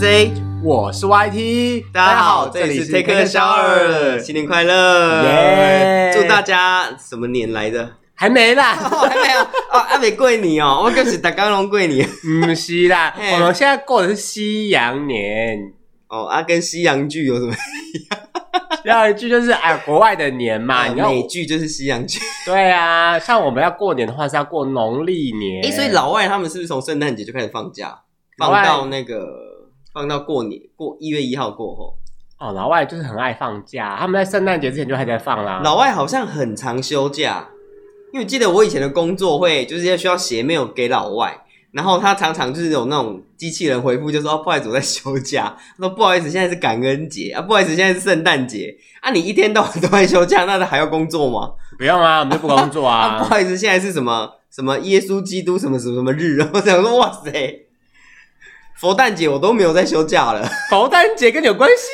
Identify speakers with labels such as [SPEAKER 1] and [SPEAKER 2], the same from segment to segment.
[SPEAKER 1] J，
[SPEAKER 2] 我是 YT，
[SPEAKER 1] 大家好，这里是 Take a Shower，新年快乐！
[SPEAKER 2] 耶
[SPEAKER 1] 祝大家什么年来的？
[SPEAKER 2] 还没啦，
[SPEAKER 1] 哦，还没有哦，阿美跪你哦，我就是打刚龙跪你
[SPEAKER 2] 不是 啦，
[SPEAKER 1] 嘿
[SPEAKER 2] 我们现在过的是西洋年，
[SPEAKER 1] 哦，啊，跟西洋剧有什么？
[SPEAKER 2] 要一句就是哎，国外的年嘛，你要
[SPEAKER 1] 呃美剧就是西洋剧，
[SPEAKER 2] 对啊，像我们要过年的话是要过农历年，
[SPEAKER 1] 哎，所以老外他们是不是从圣诞节就开始放假，
[SPEAKER 2] 老
[SPEAKER 1] 放
[SPEAKER 2] 外
[SPEAKER 1] 到那个放到过年过一月一号过后，
[SPEAKER 2] 哦，老外就是很爱放假，他们在圣诞节之前就还在放啦。
[SPEAKER 1] 老外好像很常休假，因为我记得我以前的工作会就是要需要写 mail 给老外，然后他常常就是有那种机器人回复，就说、哦不好意思我在休假，他说不好意思现在是感恩节啊，不好意思现在是圣诞节啊，你一天到晚都在休假，那他还要工作吗？
[SPEAKER 2] 不用啊，我们就不工 作
[SPEAKER 1] 啊，不
[SPEAKER 2] 啊。
[SPEAKER 1] 好意思现在是什么什么耶稣基督什么什么什么日，我想说哇塞，佛诞节我都没有在休假了，
[SPEAKER 2] 佛诞节跟你有关系？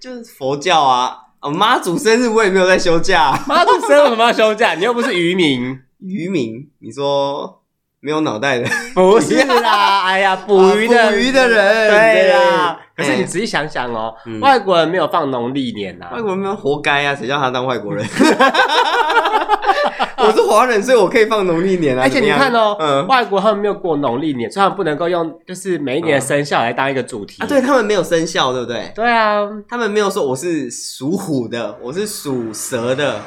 [SPEAKER 1] 就是佛教啊。啊妈祖生日我也没有在休假、
[SPEAKER 2] 妈的，生为什么要休假？你又不是渔民。
[SPEAKER 1] 渔民，你说没有脑 袋的
[SPEAKER 2] 不是 啦，哎呀，捕鱼的、
[SPEAKER 1] 啊捕鱼的人
[SPEAKER 2] 对啦。可
[SPEAKER 1] 对
[SPEAKER 2] 是你
[SPEAKER 1] 哎
[SPEAKER 2] 仔细想想哦，
[SPEAKER 1] 嗯
[SPEAKER 2] 外国人没有放农历年呐、
[SPEAKER 1] 外国人没有活该啊，谁叫他当外国人？ 我是华人，所以我可以放农历年啊。
[SPEAKER 2] 而且你看
[SPEAKER 1] 怎么
[SPEAKER 2] 哦
[SPEAKER 1] 样，嗯
[SPEAKER 2] 外国他们没有过农历年，所以他们不能够用就是每一年的生肖来当一个主题。
[SPEAKER 1] 啊，对他们没有生肖，对不对？
[SPEAKER 2] 对啊，
[SPEAKER 1] 他们没有说我是属虎的，我是属蛇的，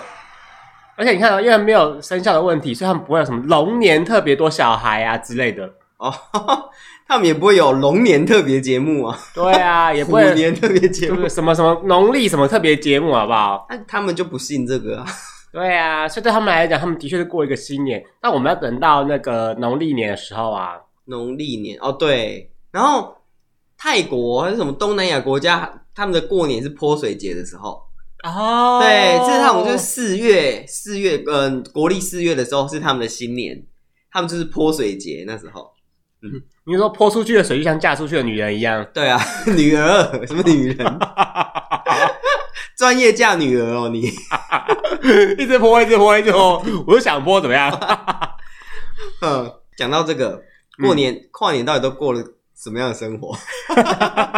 [SPEAKER 2] 而且你看哦，因为没有生肖的问题，所以他们不会有什么龙年特别多小孩啊之类的。
[SPEAKER 1] 哦， 他们也不会有龙年特别节目啊，
[SPEAKER 2] 对 啊，也不
[SPEAKER 1] 虎
[SPEAKER 2] 会
[SPEAKER 1] 年特别节
[SPEAKER 2] 就
[SPEAKER 1] 目
[SPEAKER 2] 是，什么什么农历什么特别节目，好不好？
[SPEAKER 1] 那他们就不信这个啊。
[SPEAKER 2] 对啊，所以对他们来讲，他们的确是过一个新年。那我们要等到那个农历年的时候啊，
[SPEAKER 1] 农历年哦，对，然后泰国还是什么东南亚国家，他们的过年是泼水节的时候，
[SPEAKER 2] 哦
[SPEAKER 1] 对，这是他们就是四月四月，嗯、国历四月的时候是他们的新年，他们就是泼水节那时候，
[SPEAKER 2] 你说泼出去的水就像嫁出去的女人一样，
[SPEAKER 1] 对啊， 女儿什么女人，专业嫁女儿哦，你
[SPEAKER 2] 一直泼，一直泼，一直泼，我就想泼怎么样？
[SPEAKER 1] 嗯，讲到这个
[SPEAKER 2] 嗯
[SPEAKER 1] 过年、跨年到底都过了什么样的生 活？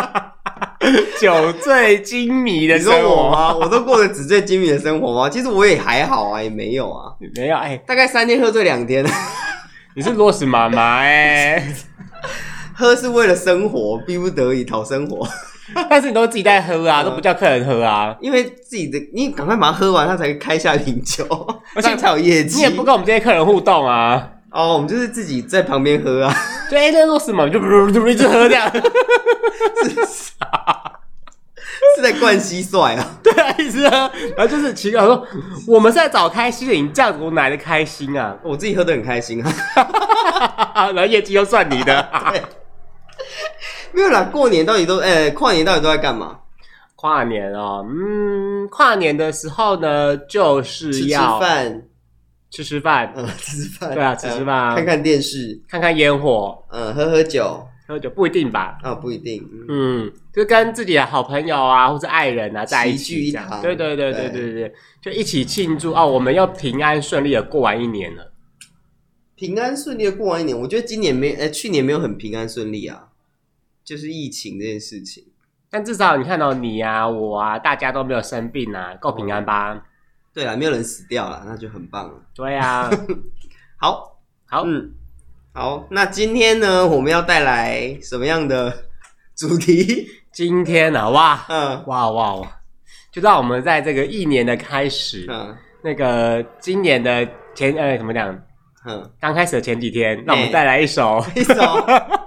[SPEAKER 2] 酒醉金迷的
[SPEAKER 1] 你
[SPEAKER 2] 生
[SPEAKER 1] 说我
[SPEAKER 2] 活
[SPEAKER 1] 吗？我都过得纸醉金迷的生活吗？其实我也还好啊，也没有啊，
[SPEAKER 2] 没有？哎、
[SPEAKER 1] 大概三天喝醉两天。
[SPEAKER 2] 你是落实妈妈哎、
[SPEAKER 1] 喝是为了生活，逼不得已讨生活，
[SPEAKER 2] 但是你都自己在喝啊，都不叫客人喝啊，
[SPEAKER 1] 因为自己的你赶快把它喝完，它才可以开下瓶酒，
[SPEAKER 2] 而且
[SPEAKER 1] 这样才有业绩。
[SPEAKER 2] 你也不跟我们这些客人互动啊。
[SPEAKER 1] 哦，我们就是自己在旁边喝啊，
[SPEAKER 2] 对，哎那落实妈妈就一直喝这 样，
[SPEAKER 1] 是在灌蟋蟀啊。
[SPEAKER 2] 对啊，一直喝，然后就是奇怪我说，我们是在找开心的，你这样子我哪来的开心啊？
[SPEAKER 1] 我自己喝得很开心啊，
[SPEAKER 2] 然后业绩又算你的。
[SPEAKER 1] 没有啦。过年到底都呃、跨年到底都在干嘛？
[SPEAKER 2] 跨年哦，嗯，跨年的时候呢，就是
[SPEAKER 1] 吃吃
[SPEAKER 2] 要
[SPEAKER 1] 饭，
[SPEAKER 2] 吃吃饭，
[SPEAKER 1] 嗯，吃吃饭，
[SPEAKER 2] 对啊吃吃饭啊
[SPEAKER 1] 呃看看电视，
[SPEAKER 2] 看看烟火，
[SPEAKER 1] 嗯，喝喝酒
[SPEAKER 2] 喝酒不一定吧？
[SPEAKER 1] 啊，不一定。嗯
[SPEAKER 2] 嗯，就跟自己的好朋友啊，或是爱人啊在一
[SPEAKER 1] 齐聚
[SPEAKER 2] 起
[SPEAKER 1] 一
[SPEAKER 2] 这样，
[SPEAKER 1] 堂
[SPEAKER 2] 对对对
[SPEAKER 1] 对
[SPEAKER 2] 对对对，对就一起庆祝哦，我们要平安顺利的过完一年了。
[SPEAKER 1] 平安顺利的过完一年，我觉得今年没，呃，去年没有很平安顺利啊，就是疫情这件事情。
[SPEAKER 2] 但至少你看到、你啊，我啊，大家都没有生病啊，够平安吧？
[SPEAKER 1] 对啦，没有人死掉啦，那就很棒了。
[SPEAKER 2] 对 啊，
[SPEAKER 1] 好，
[SPEAKER 2] 好，
[SPEAKER 1] 嗯，好，那今天呢，我们要带来什么样的主题？
[SPEAKER 2] 今天啊，哇
[SPEAKER 1] 嗯
[SPEAKER 2] 哇哇哇，就让我们在这个一年的开始，
[SPEAKER 1] 嗯
[SPEAKER 2] 那个今年的前呃怎么讲？
[SPEAKER 1] 嗯，
[SPEAKER 2] 刚开始的前几天，让我们
[SPEAKER 1] 哎
[SPEAKER 2] 带来一首
[SPEAKER 1] 一首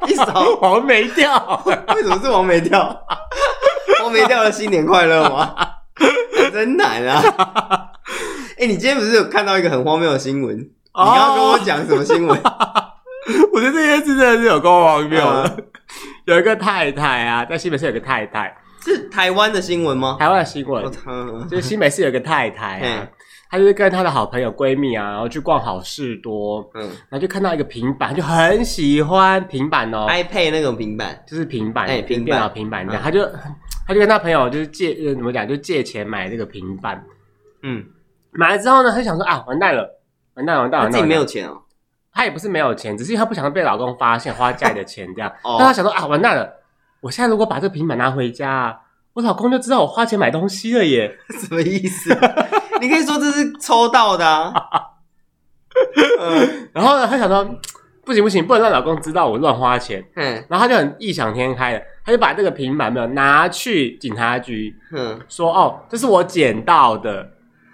[SPEAKER 1] 一首，
[SPEAKER 2] 黄梅调。
[SPEAKER 1] 为什么是王梅调？ 王梅调的新年快乐吗？ 真难啊！ 哎、你今天不是有看到一个很荒谬的新闻？你
[SPEAKER 2] 哦
[SPEAKER 1] 刚刚跟我讲什么新闻？
[SPEAKER 2] 我觉得这件事真的是有够荒谬的。
[SPEAKER 1] 嗯
[SPEAKER 2] 有一个太太啊，在新北市有个太太，
[SPEAKER 1] 是台湾的新闻吗？
[SPEAKER 2] 台湾的新闻
[SPEAKER 1] 我，嗯
[SPEAKER 2] 就是新北市有个太太啊
[SPEAKER 1] 嗯，
[SPEAKER 2] 她就是跟她的好朋友闺蜜啊，然后去逛好事多，
[SPEAKER 1] 嗯
[SPEAKER 2] 然后就看到一个平板，就很喜欢平板哦，
[SPEAKER 1] ，iPad 那种平板，
[SPEAKER 2] 就是平板，
[SPEAKER 1] 哎平板
[SPEAKER 2] 电脑平板这样，
[SPEAKER 1] 嗯
[SPEAKER 2] 她就她就跟她朋友就是借呃怎么讲，就借钱买这个平板，
[SPEAKER 1] 嗯，
[SPEAKER 2] 买了之后呢，她想说啊，完蛋了，完蛋了完蛋了
[SPEAKER 1] 他
[SPEAKER 2] 完
[SPEAKER 1] 自己
[SPEAKER 2] 蛋了，
[SPEAKER 1] 没有钱哦、
[SPEAKER 2] 她也不是没有钱，只是她不想被老公发现花家里的钱这样，
[SPEAKER 1] 哦
[SPEAKER 2] 但她想说啊，完蛋了，我现在如果把这平板拿回家，我老公就知道我花钱买东西了耶。
[SPEAKER 1] 什么意思？ 你可以说这是抽到的啊。嗯
[SPEAKER 2] 然后呢，他想说，不行不行，不能让老公知道我乱花钱。
[SPEAKER 1] 嗯
[SPEAKER 2] 然后他就很异想天开的，他就把这个平板没有拿去警察局，
[SPEAKER 1] 嗯，
[SPEAKER 2] 说哦，这是我捡到的。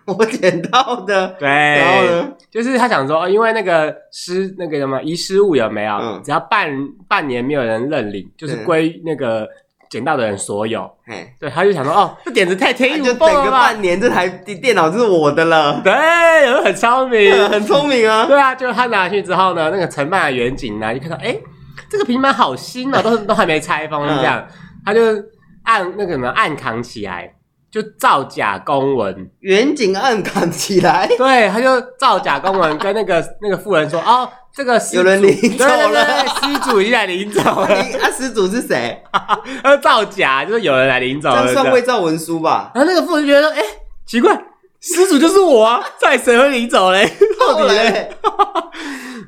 [SPEAKER 1] 我捡到的。
[SPEAKER 2] 对，
[SPEAKER 1] 然后呢？
[SPEAKER 2] 就是他想说，哦，因为那个失那个什么遗失物有没有？
[SPEAKER 1] 嗯
[SPEAKER 2] 只要半半年没有人认领，就是
[SPEAKER 1] 嗯
[SPEAKER 2] 归那个捡到的人所有。
[SPEAKER 1] 哎，
[SPEAKER 2] 对，他就想说，哦， 这点子太天
[SPEAKER 1] 那
[SPEAKER 2] 衣
[SPEAKER 1] 啊就
[SPEAKER 2] 无
[SPEAKER 1] 等
[SPEAKER 2] 缝了
[SPEAKER 1] 个
[SPEAKER 2] 吧？
[SPEAKER 1] 半年，这台电电脑就是我的了。
[SPEAKER 2] 对，有很聪明，
[SPEAKER 1] 嗯 很聪明啊。
[SPEAKER 2] 对啊，就是他拿去之后呢，那个承办的远景呢，就看到，哎、这个平板好新哦，都都还没拆封
[SPEAKER 1] 嗯
[SPEAKER 2] 这样，他就按那个什么暗扛起来，就造假公文，
[SPEAKER 1] 远景暗扛起来，
[SPEAKER 2] 对，他就造假公文跟那个那个富人说，哦，这个失
[SPEAKER 1] 有人领
[SPEAKER 2] 对
[SPEAKER 1] 走
[SPEAKER 2] 对对
[SPEAKER 1] 了。
[SPEAKER 2] 对，失主已经来 领走了，
[SPEAKER 1] 你啊，失主是 谁？
[SPEAKER 2] 他就造假就是有人来领走
[SPEAKER 1] 这
[SPEAKER 2] 了，
[SPEAKER 1] 样
[SPEAKER 2] 这
[SPEAKER 1] 算
[SPEAKER 2] 样
[SPEAKER 1] 伪造文书吧？
[SPEAKER 2] 然后那个富人觉得说，哎、奇怪，失主就是我啊，再谁会领走嘞？到
[SPEAKER 1] 后
[SPEAKER 2] 底嘞？
[SPEAKER 1] 来，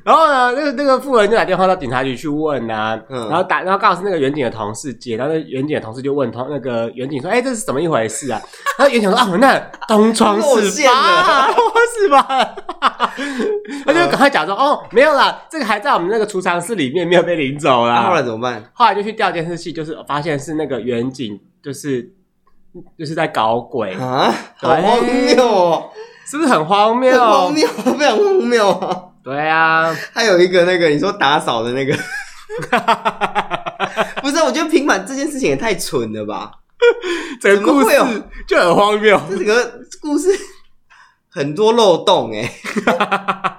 [SPEAKER 2] 然后呢，那个那个富人就打电话到警察局去问啊，
[SPEAKER 1] 嗯
[SPEAKER 2] 然后打，然后告诉那个远景的同事接，然后那远景的同事就问同那个远景说：“哎、这是怎么一回事啊？” 然后远景说：“啊，我那东窗事 发啊，是吧？” 他就
[SPEAKER 1] 嗯
[SPEAKER 2] 赶快假装：“哦，没有啦，这个还在我们那个储藏室里面，没有被领走啦。
[SPEAKER 1] 那啊后来怎么办？
[SPEAKER 2] 后来就去调监视器，就是发现是那个远景，就是就是在搞鬼，
[SPEAKER 1] 啊，好荒谬哦，
[SPEAKER 2] 是不是很哎荒谬
[SPEAKER 1] 很？荒谬，非常荒谬啊！
[SPEAKER 2] 对啊，
[SPEAKER 1] 还有一个那个你说打扫的 那个，不是啊、我觉得平板这件事情也太蠢了吧？
[SPEAKER 2] 整个
[SPEAKER 1] 怎么
[SPEAKER 2] 故
[SPEAKER 1] 会有
[SPEAKER 2] 事就很荒谬。
[SPEAKER 1] 这整个故事很多漏洞 哎、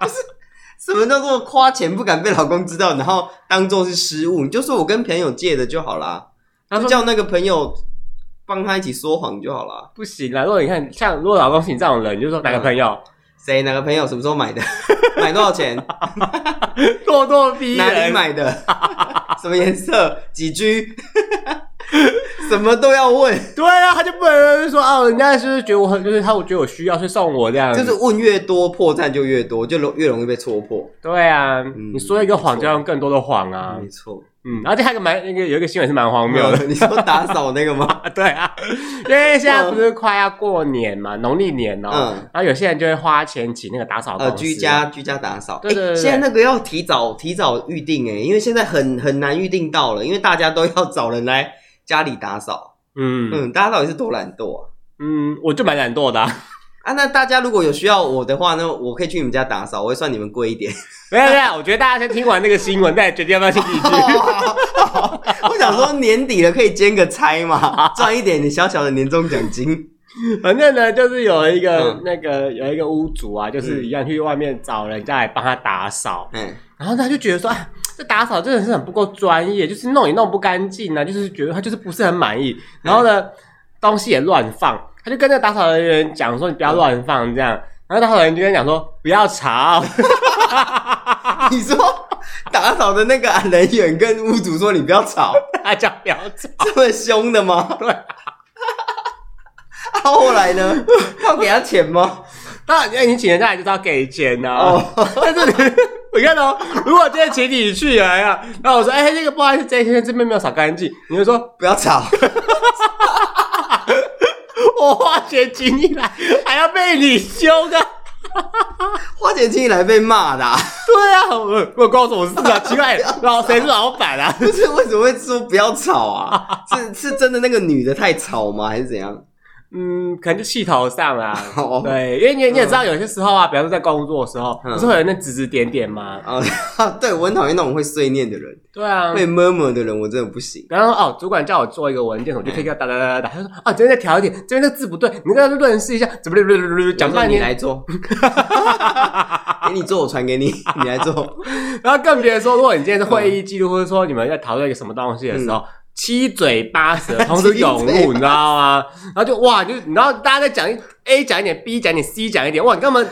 [SPEAKER 1] 就是什么叫做花钱不敢被老公知道，然后当做是失误，你就说我跟朋友借的就好啦，
[SPEAKER 2] 他
[SPEAKER 1] 就
[SPEAKER 2] 说
[SPEAKER 1] 叫那个朋友帮他一起说谎就好啦。
[SPEAKER 2] 不行啦！如果你看像如果老公是你这种人，你就说
[SPEAKER 1] 嗯
[SPEAKER 2] 哪个朋友
[SPEAKER 1] 谁哪个朋友什么时候 买的？买多少钱？
[SPEAKER 2] 咄咄逼
[SPEAKER 1] 哪里
[SPEAKER 2] 人，
[SPEAKER 1] 买 的？什么颜色？几 G？什么都要问。
[SPEAKER 2] 对啊，他就不能说哦，人家是不是觉得我很就是他，我觉得我需要，所以送我这样子，
[SPEAKER 1] 就是问越多，破绽就越多，就容越容易被戳破。
[SPEAKER 2] 对啊，
[SPEAKER 1] 嗯
[SPEAKER 2] 你说一个谎就要用更多的谎啊，
[SPEAKER 1] 没错，
[SPEAKER 2] 嗯，而且还有一个蛮那个有一个新闻是蛮荒
[SPEAKER 1] 没
[SPEAKER 2] 谬
[SPEAKER 1] 有
[SPEAKER 2] 的，
[SPEAKER 1] 你说打扫那个吗？
[SPEAKER 2] 啊对啊，因为现在不是快要过年嘛，农历年 哦，
[SPEAKER 1] 嗯
[SPEAKER 2] 然后有些人就会花钱请那个打扫公
[SPEAKER 1] 呃，
[SPEAKER 2] 司，
[SPEAKER 1] 居家居家打扫。
[SPEAKER 2] 对对
[SPEAKER 1] 诶
[SPEAKER 2] 对对
[SPEAKER 1] 现在那个要提早提早预定哎、因为现在很很难预定到了，因为大家都要找人来家里打扫。
[SPEAKER 2] 嗯
[SPEAKER 1] 嗯，大家到底是多懒惰啊？
[SPEAKER 2] 嗯，我就蛮懒惰的、啊。
[SPEAKER 1] 啊，那大家如果有需要我的话呢，我可以去你们家打扫，我会算你们贵一 点。
[SPEAKER 2] 没有没有，我觉得大家先听完那个新闻，再决定要不要去继续。
[SPEAKER 1] 我想说年底了可以兼个差 嘛，赚一点你小小的年终奖金。
[SPEAKER 2] 反正呢，就是有一个、
[SPEAKER 1] 嗯
[SPEAKER 2] 那个有一个屋主啊，就是一样去外面找人家来帮他打扫，
[SPEAKER 1] 嗯，
[SPEAKER 2] 然后他就觉得说，哎，这打扫真的是很不够专业，就是弄也弄不干净啊，就是觉得他就是不是很满意，然后呢，东西也乱放，他就跟那个打扫人员讲说，你不要乱放这样，然后打扫人员就跟他讲说，不要吵，
[SPEAKER 1] 你说打扫的那个人员跟屋主说你不要 吵，
[SPEAKER 2] 他叫不要吵，
[SPEAKER 1] 这么凶的吗？
[SPEAKER 2] 对啊。
[SPEAKER 1] 啊后来呢？要给他钱吗？
[SPEAKER 2] 当然，因哎为你请人家来就是要给钱呐、啊。
[SPEAKER 1] 哦，
[SPEAKER 2] 但是你我看哦，如果今天请你去来啊，然后我说，哎、那个不好意思，这一天这边没有扫干净，你就说
[SPEAKER 1] 不要吵，
[SPEAKER 2] 我花钱请你来，还要被你凶啊的。
[SPEAKER 1] 花钱请你来被骂的、啊，
[SPEAKER 2] 对啊，我我关我什么事 啊？奇怪，老谁是老板啊？
[SPEAKER 1] 不是为什么会说不要吵啊？是是真的那个女的太吵吗？还是怎样？
[SPEAKER 2] 嗯，可能就气头上啦。
[SPEAKER 1] 哦
[SPEAKER 2] 对，因为你你也知道，有些时候啊，比方说在工作的时候，
[SPEAKER 1] 嗯
[SPEAKER 2] 不是会有人那指指点点吗？
[SPEAKER 1] 啊， 对我很讨厌那种会碎念的人，
[SPEAKER 2] 嗯对啊。
[SPEAKER 1] 会 murmur 的人，我真的不行。
[SPEAKER 2] 然后哦，主管叫我做一个文件，我就可以给他打打打打打。他说：“啊，这边再调一点，这边这字不对，你跟他润饰一下，怎么讲
[SPEAKER 1] 我说
[SPEAKER 2] 半
[SPEAKER 1] 你
[SPEAKER 2] 天。”
[SPEAKER 1] 来做， 给你做，我传给你， 你来做。
[SPEAKER 2] 然后更别说，如果你今天是会议记录，或者说你们在讨论一个什么东西的时候，七嘴八舌，同时涌
[SPEAKER 1] 七嘴八舌
[SPEAKER 2] 入，你知道 吗？然后就哇，就是你知道大家在讲一 A 讲一点，B 讲一点，C 讲一点，哇，你根本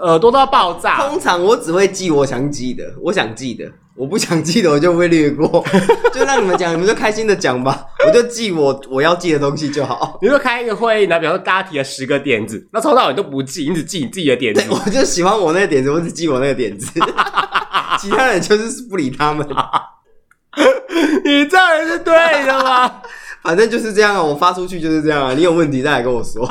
[SPEAKER 2] 耳朵都要爆炸。
[SPEAKER 1] 通常我只会记我想记的，我想记的，我不想记的我就会略过，就让你们讲，你们就开心的讲吧，我就记我我要记的东西就好。
[SPEAKER 2] 你说开一个会议，然后比方说大家提了十个点子，那从头到尾都不记，你只记你自己的点子
[SPEAKER 1] 对，。 我就喜欢我那个点子，我只记我那个点子，其他人就是不理他们。
[SPEAKER 2] 你这样人是对的吗？
[SPEAKER 1] 反正就是这样啊，我发出去就是这样啊。你有问题再来跟我说。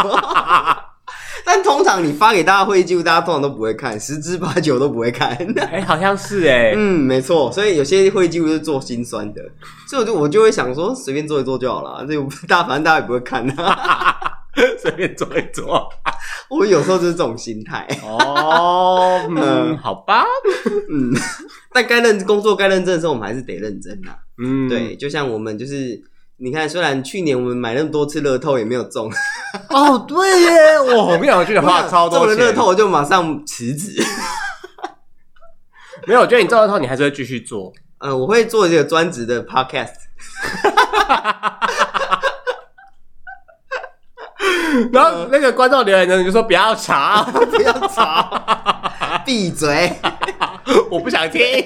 [SPEAKER 1] 但通常你发给大家会议记录，大家通常都不会看，十之八九都不会看。
[SPEAKER 2] 哎、好像是哎、
[SPEAKER 1] 嗯，没错。所以有些会议记录是做心酸的，所以我就我就会想说，随便做一做就好了。啊这个大反正大家也不会看啊。
[SPEAKER 2] 随便做一做。
[SPEAKER 1] 我有时候就是这种心态。
[SPEAKER 2] 哦，嗯，好吧，
[SPEAKER 1] 嗯，但该认工作该认真的时候，我们还是得认真啊。
[SPEAKER 2] 嗯，
[SPEAKER 1] 对，就像我们就是，你看，虽然去年我们买那么多次乐透也没有中，
[SPEAKER 2] 哦，对耶，我我跟你讲，我觉得 花超多
[SPEAKER 1] 中了
[SPEAKER 2] 钱。
[SPEAKER 1] 乐透，我就马上辞职。
[SPEAKER 2] 没有，我觉得你中乐透，你还是会继续 做。
[SPEAKER 1] 嗯，我会做一个专职的 podcast。
[SPEAKER 2] 然后那个观众留言呢，你就说不要查，
[SPEAKER 1] 不要吵， 闭嘴！
[SPEAKER 2] 我不想听，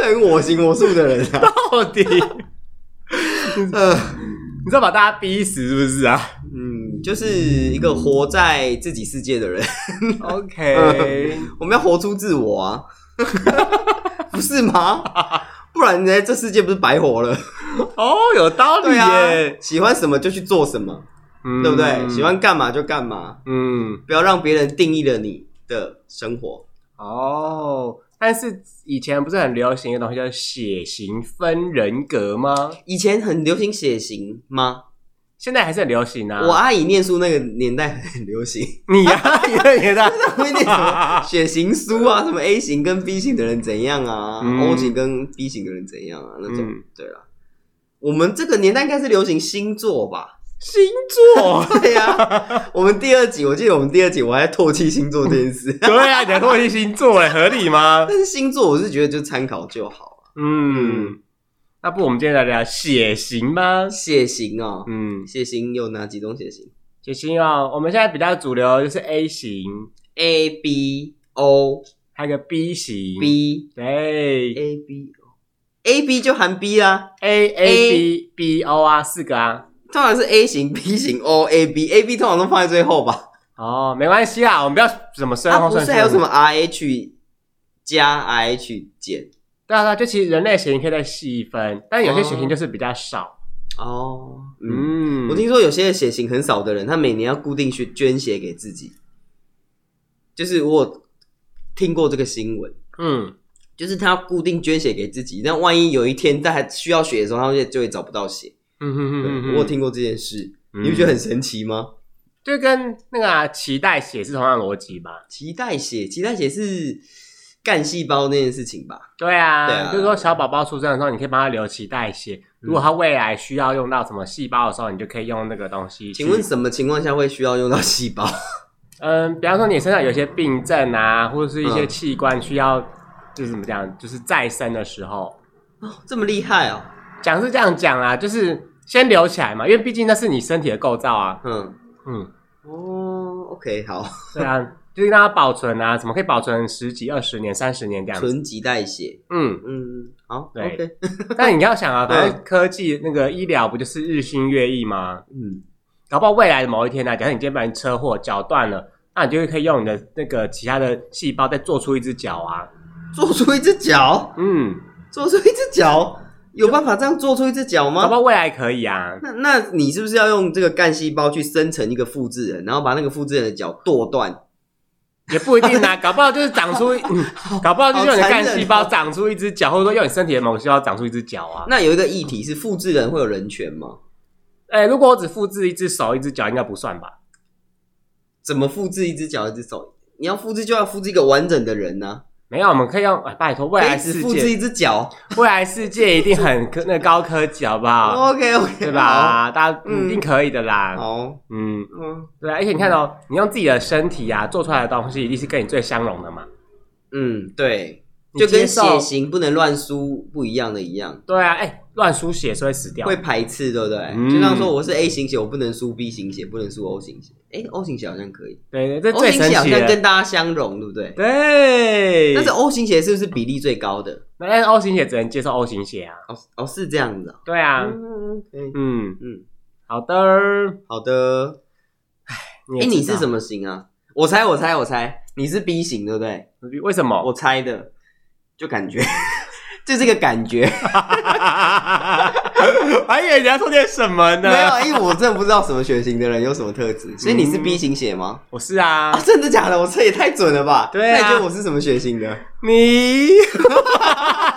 [SPEAKER 1] 这很我行我素的人啊。
[SPEAKER 2] 到底你
[SPEAKER 1] 呃，
[SPEAKER 2] 知道把大家逼死是不是啊
[SPEAKER 1] 嗯，就是一个活在自己世界的人。
[SPEAKER 2] ？OK，
[SPEAKER 1] 我们要活出自我啊， 不是吗？不然呢，这世界不是白活了？
[SPEAKER 2] 哦，有道理
[SPEAKER 1] 对啊
[SPEAKER 2] 耶，，
[SPEAKER 1] 喜欢什么就去做什么，
[SPEAKER 2] 嗯
[SPEAKER 1] 对不对？喜，欢干嘛就干嘛，
[SPEAKER 2] 嗯，
[SPEAKER 1] 不要让别人定义了你的生活。
[SPEAKER 2] 哦。但是以前不是很流行一个东西叫血型分人格吗？
[SPEAKER 1] 以前很流行血型吗？
[SPEAKER 2] 现在还是很流行啊。
[SPEAKER 1] 我阿姨念书那个年代很流行，
[SPEAKER 2] 你呀、 你的你啊的，
[SPEAKER 1] 会念什么血型书啊，什么 A 型跟 B 型的人怎样啊、
[SPEAKER 2] 嗯
[SPEAKER 1] o 型跟 B 型的人怎样啊？那种、
[SPEAKER 2] 嗯
[SPEAKER 1] 对啦，我们这个年代应该是流行星座吧？
[SPEAKER 2] 星座。
[SPEAKER 1] 对呀、我们第二集我记得我们第二集我还在唾弃星座这件事，
[SPEAKER 2] 对啊，你还唾弃星座哎，合理吗？
[SPEAKER 1] 但是星座我是觉得就参考就好啊。
[SPEAKER 2] 嗯，那不我们今天来聊血型吧。
[SPEAKER 1] 血型哦，
[SPEAKER 2] 嗯，
[SPEAKER 1] 血型有哪几种血型
[SPEAKER 2] 血型哦，我们现在比较主流就是 A 型，
[SPEAKER 1] ？A B O
[SPEAKER 2] 还有个 B 型
[SPEAKER 1] B
[SPEAKER 2] 对
[SPEAKER 1] A B O A B 就含 B 啦、
[SPEAKER 2] A A B B O 啊，四个啊。
[SPEAKER 1] 通常是 A 型、B 型、O、A、B、A、B 通常都放在最后吧。
[SPEAKER 2] 哦，没关系啊，我们不要什么顺
[SPEAKER 1] 啊，
[SPEAKER 2] 风
[SPEAKER 1] 不
[SPEAKER 2] 顺
[SPEAKER 1] 是
[SPEAKER 2] 水。
[SPEAKER 1] 还有什么？RH 加 RH 减？
[SPEAKER 2] 对啊，对啊就其实人类血型可以再细分，但有
[SPEAKER 1] 哦
[SPEAKER 2] 些血型就是比较少。
[SPEAKER 1] 哦，嗯，
[SPEAKER 2] 嗯，
[SPEAKER 1] 我听说有些血型很少的人，他每年要固定去捐血给自己。就是我有听过这个新闻，
[SPEAKER 2] 嗯，
[SPEAKER 1] 就是他要固定捐血给自己，但万一有一天他还需要血的时候，他就就会找不到血。
[SPEAKER 2] 嗯
[SPEAKER 1] 对，
[SPEAKER 2] 哼
[SPEAKER 1] 我有听过这件事，
[SPEAKER 2] 嗯
[SPEAKER 1] 你不觉得很神奇吗？
[SPEAKER 2] 就跟那个啊脐带血是同样逻辑吧？
[SPEAKER 1] 脐带血，脐带血是干细胞那件事情吧？
[SPEAKER 2] 对啊，
[SPEAKER 1] 对啊嗯
[SPEAKER 2] 就是说小宝宝出生的时候，你可以帮他留脐带血。如果他未来需要用到什么细胞的时候，你就可以用那个东西去。
[SPEAKER 1] 请问什么情况下会需要用到细胞？
[SPEAKER 2] 嗯，比方说你身上有一些病症啊，或者是一些
[SPEAKER 1] 嗯
[SPEAKER 2] 器官需要，就是怎么讲，就是再生的时候，
[SPEAKER 1] 哦，这么厉害哦！
[SPEAKER 2] 讲是这样讲啦，就是先留起来嘛，因为毕竟那是你身体的构造啊。
[SPEAKER 1] 嗯，
[SPEAKER 2] 嗯，
[SPEAKER 1] 哦，OK，好，
[SPEAKER 2] 对啊，就是让它保存啊，怎么可以保存十几、二十年、三十年这样子？
[SPEAKER 1] 纯脐带血，
[SPEAKER 2] 嗯，
[SPEAKER 1] 嗯，好
[SPEAKER 2] 对
[SPEAKER 1] ，OK，
[SPEAKER 2] 但你要 想啊，反正科技那个医疗不就是日新月异吗？
[SPEAKER 1] 嗯，
[SPEAKER 2] 搞不好未来的某一天呢、啊假设你今天把你车祸脚断了，那你就可以用你的那个其他的细胞再做出一只脚啊。
[SPEAKER 1] 做出一只脚，
[SPEAKER 2] 嗯，
[SPEAKER 1] 做出一只脚，有办法这样做出一只脚
[SPEAKER 2] 搞不
[SPEAKER 1] 吗？
[SPEAKER 2] 好未来可以啊。
[SPEAKER 1] 那那你是不是要用这个干细胞去生成一个复制人，然后把那个复制人的脚剁断？
[SPEAKER 2] 也不一 定啊，搞不好就是长出，嗯搞不好就是用你的
[SPEAKER 1] 好残
[SPEAKER 2] 干
[SPEAKER 1] 忍
[SPEAKER 2] 细胞
[SPEAKER 1] 哦
[SPEAKER 2] 长出一只脚，或者说用你身体的某个细胞长出一只脚啊。
[SPEAKER 1] 那有一个议题是复制人会有人权吗？
[SPEAKER 2] 哎、如果我只复制一只手、一只脚，应该不算吧？
[SPEAKER 1] 怎么复制一只脚、一只手？你要复制就要复制一个完整的人啊呢、
[SPEAKER 2] 没有，我们可以用，哎，拜托，未
[SPEAKER 1] 可
[SPEAKER 2] 来
[SPEAKER 1] 以只
[SPEAKER 2] 世
[SPEAKER 1] 复制
[SPEAKER 2] 界，
[SPEAKER 1] 一只脚。
[SPEAKER 2] 未来世界一定很科，那高科技，好不 好？
[SPEAKER 1] OK OK，
[SPEAKER 2] 对？吧？大家
[SPEAKER 1] 嗯
[SPEAKER 2] 一定可以的啦。
[SPEAKER 1] 好，
[SPEAKER 2] 嗯，
[SPEAKER 1] 嗯
[SPEAKER 2] 对啊，而且你看哦，你用自己的身体啊做出来的东西，一定是跟你最相容的嘛。
[SPEAKER 1] 嗯，对，
[SPEAKER 2] 你
[SPEAKER 1] 就跟
[SPEAKER 2] 接受
[SPEAKER 1] 血型不能乱输不一样的一样。
[SPEAKER 2] 对啊，哎、乱输血是会死掉。
[SPEAKER 1] 会排斥，对不对？
[SPEAKER 2] 嗯
[SPEAKER 1] 就像说我是 A 型血，我不能输 B 型血，不能输 O 型血。哎，O 型血好像可以
[SPEAKER 2] 对对，这
[SPEAKER 1] ，O
[SPEAKER 2] 最
[SPEAKER 1] 型
[SPEAKER 2] 神
[SPEAKER 1] 血好
[SPEAKER 2] 奇
[SPEAKER 1] 像跟
[SPEAKER 2] 的。
[SPEAKER 1] 大家相容，对不对？
[SPEAKER 2] 对，
[SPEAKER 1] 但是 O 型血是不是比例最高的？
[SPEAKER 2] 那但是 O 型血只能接受 O 型血啊。
[SPEAKER 1] 哦哦，是这样子哦。
[SPEAKER 2] 对啊，
[SPEAKER 1] 嗯嗯
[SPEAKER 2] 嗯，
[SPEAKER 1] 嗯，
[SPEAKER 2] 好的。
[SPEAKER 1] 好的。
[SPEAKER 2] 也
[SPEAKER 1] 哎，你是
[SPEAKER 2] 知道
[SPEAKER 1] 什？么型啊？我猜，我 猜，我猜，你是 B 型，对不对？
[SPEAKER 2] 为什么？
[SPEAKER 1] 我猜的，就感觉 就这个感 觉。
[SPEAKER 2] 还以为人家说点什么呢？
[SPEAKER 1] 没有，因为我真的不知道什么血型的人有什么特质，所以你是
[SPEAKER 2] 嗯
[SPEAKER 1] B 型血吗？
[SPEAKER 2] 我是啊
[SPEAKER 1] 啊，，真的假的？我测也太准了吧？
[SPEAKER 2] 对啊
[SPEAKER 1] 那你觉得我是什么血型的？
[SPEAKER 2] 你，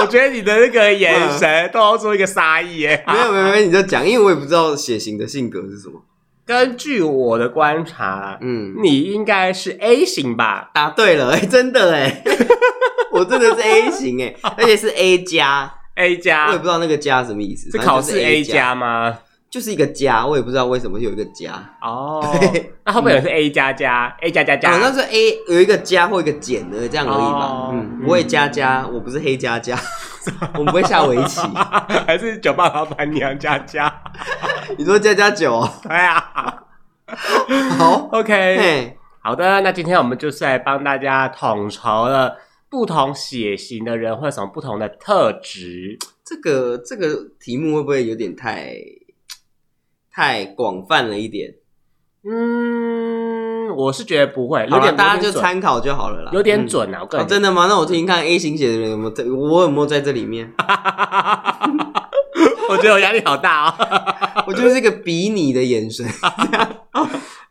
[SPEAKER 2] 我觉得你的那个眼神都要做一个杀意耶。
[SPEAKER 1] 嗯没有没有没有，你就讲，因为我也不知道血型的性格是什么。
[SPEAKER 2] 根据我的观察，
[SPEAKER 1] 嗯，
[SPEAKER 2] 你应该是 A 型吧？
[SPEAKER 1] 答对了，哎、真的哎， 我真的是 A 型哎，而且是 A 加，
[SPEAKER 2] ，A
[SPEAKER 1] 我也
[SPEAKER 2] 加
[SPEAKER 1] 不知道那个加什么意思，
[SPEAKER 2] 是
[SPEAKER 1] 反正
[SPEAKER 2] 考
[SPEAKER 1] 就是
[SPEAKER 2] 试
[SPEAKER 1] A
[SPEAKER 2] A，加吗？
[SPEAKER 1] 就是一个加，我也不知道为什么有一个加。
[SPEAKER 2] 哦
[SPEAKER 1] 对，
[SPEAKER 2] 那后面有是 A 加加，A 加加
[SPEAKER 1] 好像
[SPEAKER 2] 加，
[SPEAKER 1] 哦是 A 有一个加或一个减而已这样而已吧。
[SPEAKER 2] 哦
[SPEAKER 1] 嗯，
[SPEAKER 2] 嗯
[SPEAKER 1] 我也加加，我不是黑加 加，我们不会下围棋。
[SPEAKER 2] 还是酒吧老板娘加加？
[SPEAKER 1] 你说加加九、哦，
[SPEAKER 2] 对啊
[SPEAKER 1] 好，
[SPEAKER 2] ，OK，
[SPEAKER 1] 嘿，
[SPEAKER 2] 好的，那今天我们就是来帮大家统筹了不同血型的人会有什么不同的特质。
[SPEAKER 1] 这个这个题目会不会有点太太广泛了一点？
[SPEAKER 2] 嗯，我是觉得不会，有
[SPEAKER 1] 好了
[SPEAKER 2] 点
[SPEAKER 1] 大家就
[SPEAKER 2] 有点准
[SPEAKER 1] 参考就好了啦，
[SPEAKER 2] 有点
[SPEAKER 1] 嗯
[SPEAKER 2] 准啊，我个
[SPEAKER 1] 哦，
[SPEAKER 2] 人
[SPEAKER 1] 真的吗？那我听听看 A 型血的人有没有在，我有没有在这里面？
[SPEAKER 2] 我觉得我 压力好大啊、
[SPEAKER 1] 我就是一个比你的眼 神。